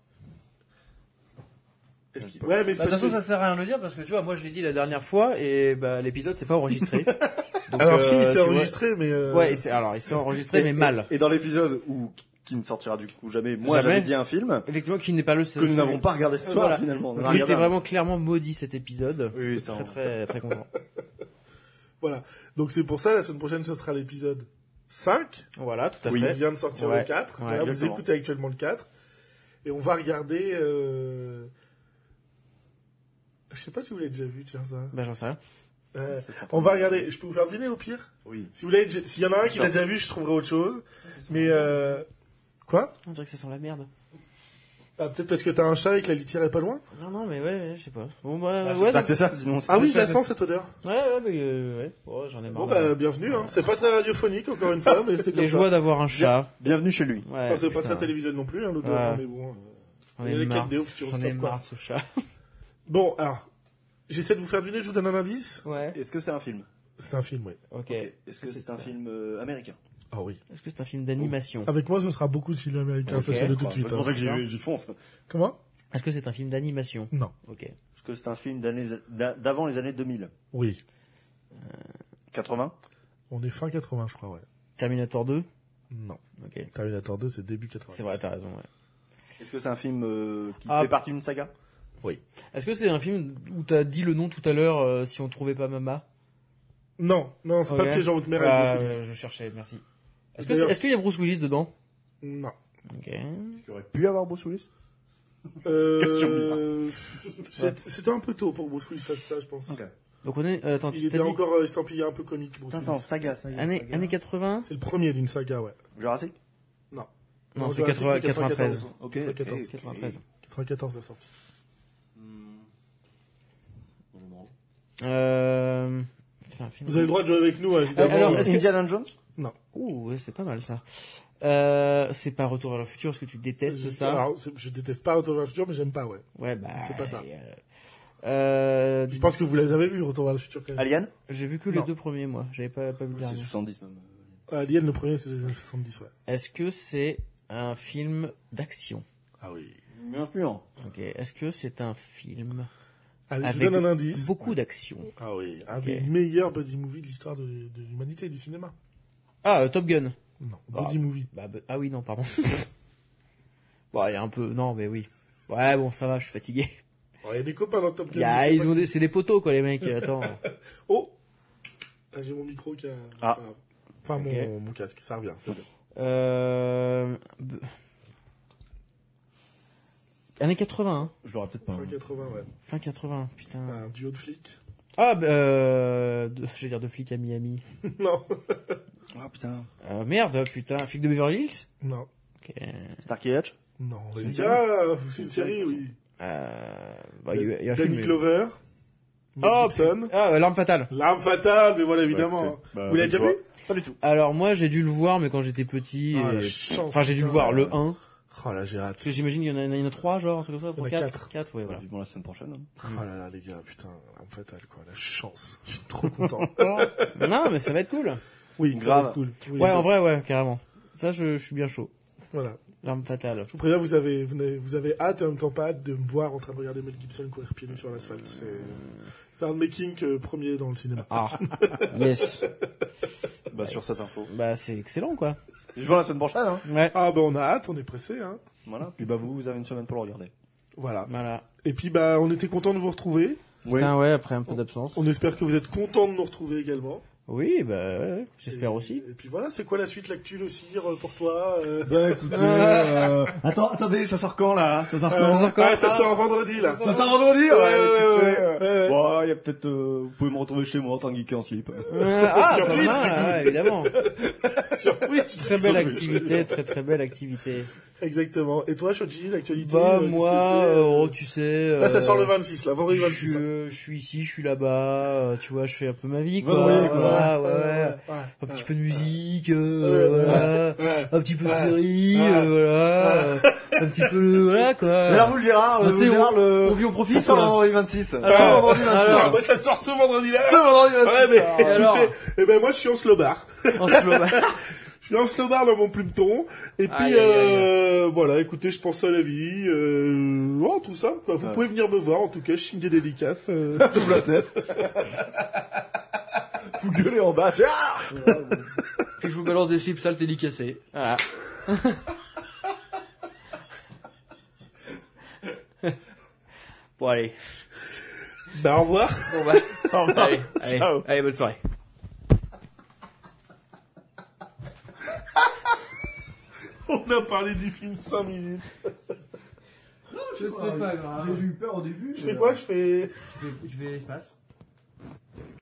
A: Est-ce qu'il- ouais, mais
B: Bah,
A: c'est
B: De toute
A: parce
B: façon,
A: que-
B: ça sert à rien de le dire parce que tu vois, moi je l'ai dit la dernière fois et bah, l'épisode c'est pas enregistré. Donc,
A: Alors
B: euh,
A: si,
B: tu
A: c'est
B: vois-
A: enregistré, mais... euh,
B: Ouais, c'est- alors il s'est enregistré
C: Et-
B: mais
C: et-
B: mal.
C: Et dans l'épisode où qui ne sortira du coup jamais, moi
B: Jamais.
C: j'avais dit un film
B: Effectivement, qui n'est pas le
C: que nous n'avons pas regardé ce soir
B: Voilà.
C: finalement. On
B: Il
C: a regardé
B: était
C: un-
B: vraiment clairement maudit cet épisode.
C: Oui, oui, c'était
B: Très
C: un-
B: très très content.
A: Voilà. Donc c'est pour ça, la semaine prochaine, ce sera l'épisode 5.
B: Voilà, tout à
A: Il
B: fait.
A: vient de sortir
B: Ouais,
A: le 4.
B: ouais,
A: Là, vous
C: exactement.
A: écoutez actuellement le 4. Et on va regarder... Euh... Je sais pas si vous l'avez déjà vu, tiens ça.
B: Bah j'en sais rien.
A: Euh, on va regarder. Je peux vous faire deviner au pire
C: Oui.
A: Si vous l'avez, déjà- s'il y en a un qui l'a déjà vu, je trouverai autre chose. Mais euh... quoi
B: On dirait que ça sent la merde.
A: ah, Peut-être parce que t'as un chat et que la litière est pas loin.
B: Non non mais ouais, ouais, je sais pas. Bon bah
C: Ah,
B: ouais.
C: J'espère que c'est ça, sinon c'est
A: Ah
C: pas
A: oui, je
C: ça.
A: la sens cette odeur.
B: Ouais ouais mais euh, ouais. Oh, j'en ai
A: Bon
B: marre.
A: bah bienvenue. Hein. C'est pas très radiophonique encore une fois, mais c'est comme
B: Les
A: ça.
B: joies d'avoir un chat.
C: Bienvenue chez lui.
B: Ouais.
A: Enfin, c'est pas
B: putain,
A: très télévisuel non plus, hein, l'odeur.
B: Ouais.
A: hein, Mais bon. euh,
B: J'en
A: Il y a
B: ai
A: les
B: marre.
A: quatre déos qui
B: J'en ai
A: restent, quoi.
B: marre de ce chat.
A: Bon, alors j'essaie de vous faire deviner. Je vous donne un indice.
B: Ouais.
C: Est-ce que c'est un film
A: C'est un film, oui.
B: Ok.
C: Ok. Est-ce que c'est un film euh, américain
A: Ah oui.
B: Est-ce que c'est un film d'animation
A: Avec moi, ce sera beaucoup de films américains.
B: Ok.
A: Sachez-le tout de
C: Ah,
A: suite.
C: C'est pour
A: hein.
C: ça que j'ai- j'y fonce.
A: Comment
B: Est-ce que c'est un film d'animation
A: Non.
B: Ok.
C: Est-ce que c'est un film d'années- d'a- d'avant les années 2000
A: Oui.
C: 80
A: On est fin 80, je crois, ouais.
B: Terminator 2
A: Non.
B: Ok.
A: Terminator 2, c'est début 80.
B: C'est vrai, t'as raison. Ouais.
C: Est-ce que c'est un film euh, qui
B: Ah.
C: fait partie d'une saga
B: Est-ce que c'est un film où t'as dit le nom tout à l'heure euh, si on trouvait pas Mama
A: Non, non, c'est
B: Ok.
A: pas piège en haute mer avec
B: Ah,
A: Bruce Willis.
B: euh, Je cherchais, merci. Est-ce que
A: D'ailleurs-
B: c'est- est-ce qu'il y a Bruce Willis dedans *laughs*
A: Non.
B: Ok.
C: Est-ce qu'il aurait pu avoir Bruce Willis
A: Euh, c'est- C'était un peu tôt pour que Bruce Willis fasse ça, je pense.
C: Ok.
B: Donc on est. euh, attends,
A: Il
B: tu t'as
A: était
B: dit
A: encore euh, estampillé un peu comique, Bruce
C: Attends,
A: Willis.
C: saga, saga.
B: années,
C: saga.
B: années 80
A: C'est le premier d'une saga, ouais.
C: Jurassic
B: Non,
A: Non,
B: c'est
A: Jurassic,
B: 80
A: c'est 94.
B: 93.
C: Ok.
A: 94,
C: ok.
B: 93.
A: 94, la sortie.
B: Euh... Putain, un film.
A: Vous avez le droit de jouer avec nous, hein, évidemment.
B: Alors,
A: Euh,
B: est-ce que-
C: Indiana Jones
B: Ouh, ouais, c'est pas mal ça. Euh, c'est pas Retour à le futur, est-ce que tu détestes
A: je-
B: ça
A: alors, c'est- je déteste pas Retour vers le futur, mais j'aime pas, ouais.
B: Ouais, bah.
A: c'est pas ça.
B: euh, Euh,
A: Je pense que vous l'avez vu, Retour vers le futur, quand même.
C: Alien
B: J'ai vu que les
A: Non.
B: deux premiers, moi. J'avais pas, pas vu le
C: C'est
B: dernier.
C: 70 même.
A: Ah, Alien, le premier, c'est les années 70, ouais.
B: Est-ce que c'est un film d'action
A: Ah oui.
C: Bien sûr.
B: Ok. Est-ce que c'est un film
A: Allez, je
B: Avec
A: vous donne un indice.
B: beaucoup d'action
A: Ah oui, un
B: Ok.
A: des meilleurs buddy movie de l'histoire de, de l'humanité et du cinéma.
B: Ah, euh, Top Gun.
A: Non,
B: Ah.
A: buddy movie.
B: Bah, bah, ah oui,
A: *laughs*
B: non, pardon. bon, il y a un peu. Non, mais oui. Ouais, bon, ça va, je suis fatigué.
A: Bon, Oh, Il y a des copains dans Top Gun.
B: Il y a-
A: je sais
B: ils
A: pas
B: ont des- c'est des poteaux quoi les
A: *laughs*
B: mecs. Attends.
A: Oh Ah, J'ai mon micro qui a. c'est
C: Ah.
A: pas grave. Enfin, mon-
B: Ok.
A: mon, casque, ça revient. Ça revient.
B: Euh... b- Années 80, hein.
C: Je l'aurais peut-être pas.
A: Fin 80, ouais.
B: fin 80, putain.
A: Un duo de flics. *laughs*
B: Ah, bah, euh... de- je vais dire de flic à Miami.
A: non,
C: Ah putain.
B: Euh, merde, putain, flic de Beverly Hills.
A: non,
B: Ok.
C: Starkey Hatch
A: non.
C: C'est
A: les
C: une
A: gars, Ah, C'est une
C: série,
A: série, oui.
B: Euh... Bah, il y a- il y a un film,
A: Danny
B: mais-
A: Glover, Mel
B: Oh,
A: Gibson,
B: Ah, euh, l'arme fatale.
A: L'arme fatale, mais voilà, évidemment.
C: Bah, écoutez, bah,
B: Euh,
A: Vous l'avez
C: bonne
A: déjà vu
C: joie. Pas du tout.
B: Alors moi j'ai dû le voir mais quand j'étais petit.
A: Ah,
B: et-
A: la chance,
B: Enfin j'ai dû le
A: putain.
B: voir le 1.
A: Oh là, j'ai
B: Parce que
A: raté.
B: j'imagine qu'il y en a, il y en a 3 genre, un truc comme ça,
A: Il y en
B: 3,
A: a
B: 4.
A: quatre.
B: 4, ouais
A: *laughs*
B: voilà.
C: Vivement la semaine prochaine. hein.
B: Mm.
A: Oh là là, les gars, putain, l'arme fatale, quoi. La chance. Je suis trop
B: *laughs*
A: content.
B: non mais ça va être cool.
A: oui,
C: Grave.
A: grave. Cool. Oui,
B: ouais
A: ça,
B: en vrai ouais carrément. Ça je, je suis bien chaud.
A: Voilà.
B: L'arme fatale.
A: Je vous préviens, vous avez, vous n'avez- vous avez hâte et en même temps pas hâte de me voir en train de regarder Mel Gibson courir pieds nus sur l'asphalte. C'est, c'est un de mes kinks euh, premiers dans le cinéma.
B: Ah, *laughs* yes.
C: Bah sur cette info.
B: Bah, c'est excellent, quoi.
C: Vivement la semaine prochaine. Hein.
B: Ouais.
A: Ah ben on a hâte, on est pressé. Hein.
C: Voilà. Puis bah vous, vous avez une semaine pour le regarder.
A: Voilà.
B: Voilà.
A: Et puis bah on était content de vous retrouver.
C: Oui.
B: Putain, ouais, après un peu d'absence.
A: On espère que vous êtes content de nous retrouver également.
B: Oui, bah, ouais, j'espère
A: Et-
B: aussi.
A: Et puis voilà, c'est quoi la suite, l'actu aussi euh, pour toi euh
C: Bah écoutez, euh, attends, attendez, ça sort quand là Ça sort quand
B: Ça sort quand
A: Ah, ça sort vendredi là.
C: Ça sort vendredi Ouais,
A: ouais,
C: écoutez,
A: ouais,
C: euh,
A: ouais, ouais.
C: Bon, il y a peut-être, euh, vous pouvez me retrouver chez moi en tant que geek en slip.
B: Euh,
A: *laughs*
B: ah,
A: Sur
B: pas
A: Twitch,
B: mal,
A: du coup.
B: ouais, évidemment.
A: sur Twitch.
B: Très
A: Sur
B: belle
A: Twitch.
B: activité, très très belle activité.
A: Exactement. Et toi, Shoji, l'actualité euh,
B: Bah
A: qu'est-ce que c'est,
B: moi,
A: euh,
B: euh, oh, tu sais.
A: Là, ça
B: euh,
A: sort le 26, là, vendredi
B: Je
A: 26.
B: suis,
A: hein.
B: euh, je suis ici, je suis là-bas, euh, tu vois, je fais un peu ma vie, quoi.
C: Vadrouiller, quoi.
B: Voilà, ouais,
A: ouais.
B: Un petit peu de musique, euh,
A: Ouais, ouais.
B: voilà.
A: Ouais.
B: Un petit peu de
A: Ouais.
B: série,
A: Ouais.
B: euh, voilà. Un petit peu, de- voilà, quoi.
C: Alors vous le Gérard,
B: Ah,
C: vous
B: tu sais,
C: le Gérard,
B: on
C: le...
B: vit, Euh, on profite,
C: Ça sort le
B: quoi.
C: vendredi 26. Ça
A: Ah,
C: sort le vendredi
A: Ah,
C: 26.
A: bah, ça sort ce vendredi
B: euh,
A: là.
C: Ce vendredi 26.
A: Ouais, mais,
B: Et alors
A: écoutez, eh ben, moi, je suis en slobar.
B: En bah. slow-
A: Je suis en slobar dans mon plumeton. Et puis,
B: Aïe, aïe, aïe,
A: euh, voilà, écoutez, je pense à la vie, euh, oh, tout ça, quoi. Vous
C: Ouais.
A: pouvez venir me voir, en tout cas, je signe des dédicaces.
B: *laughs*
A: euh.
C: J'ouvre la fenêtre. Vous gueulez en bas, Ah, Gérard
B: Puis je vous balance des slips sales dédicacés. Voilà. bon, allez.
A: bah, au revoir.
B: Bon, bah.
C: Au revoir.
B: Allez, allez,
C: Ciao.
B: allez, bonne soirée.
A: *laughs* On a parlé du film 5 minutes.
B: Je sais pas grave.
C: eu peur au début.
A: Je fais quoi? Je fais...
B: Tu fais, tu fais l'espace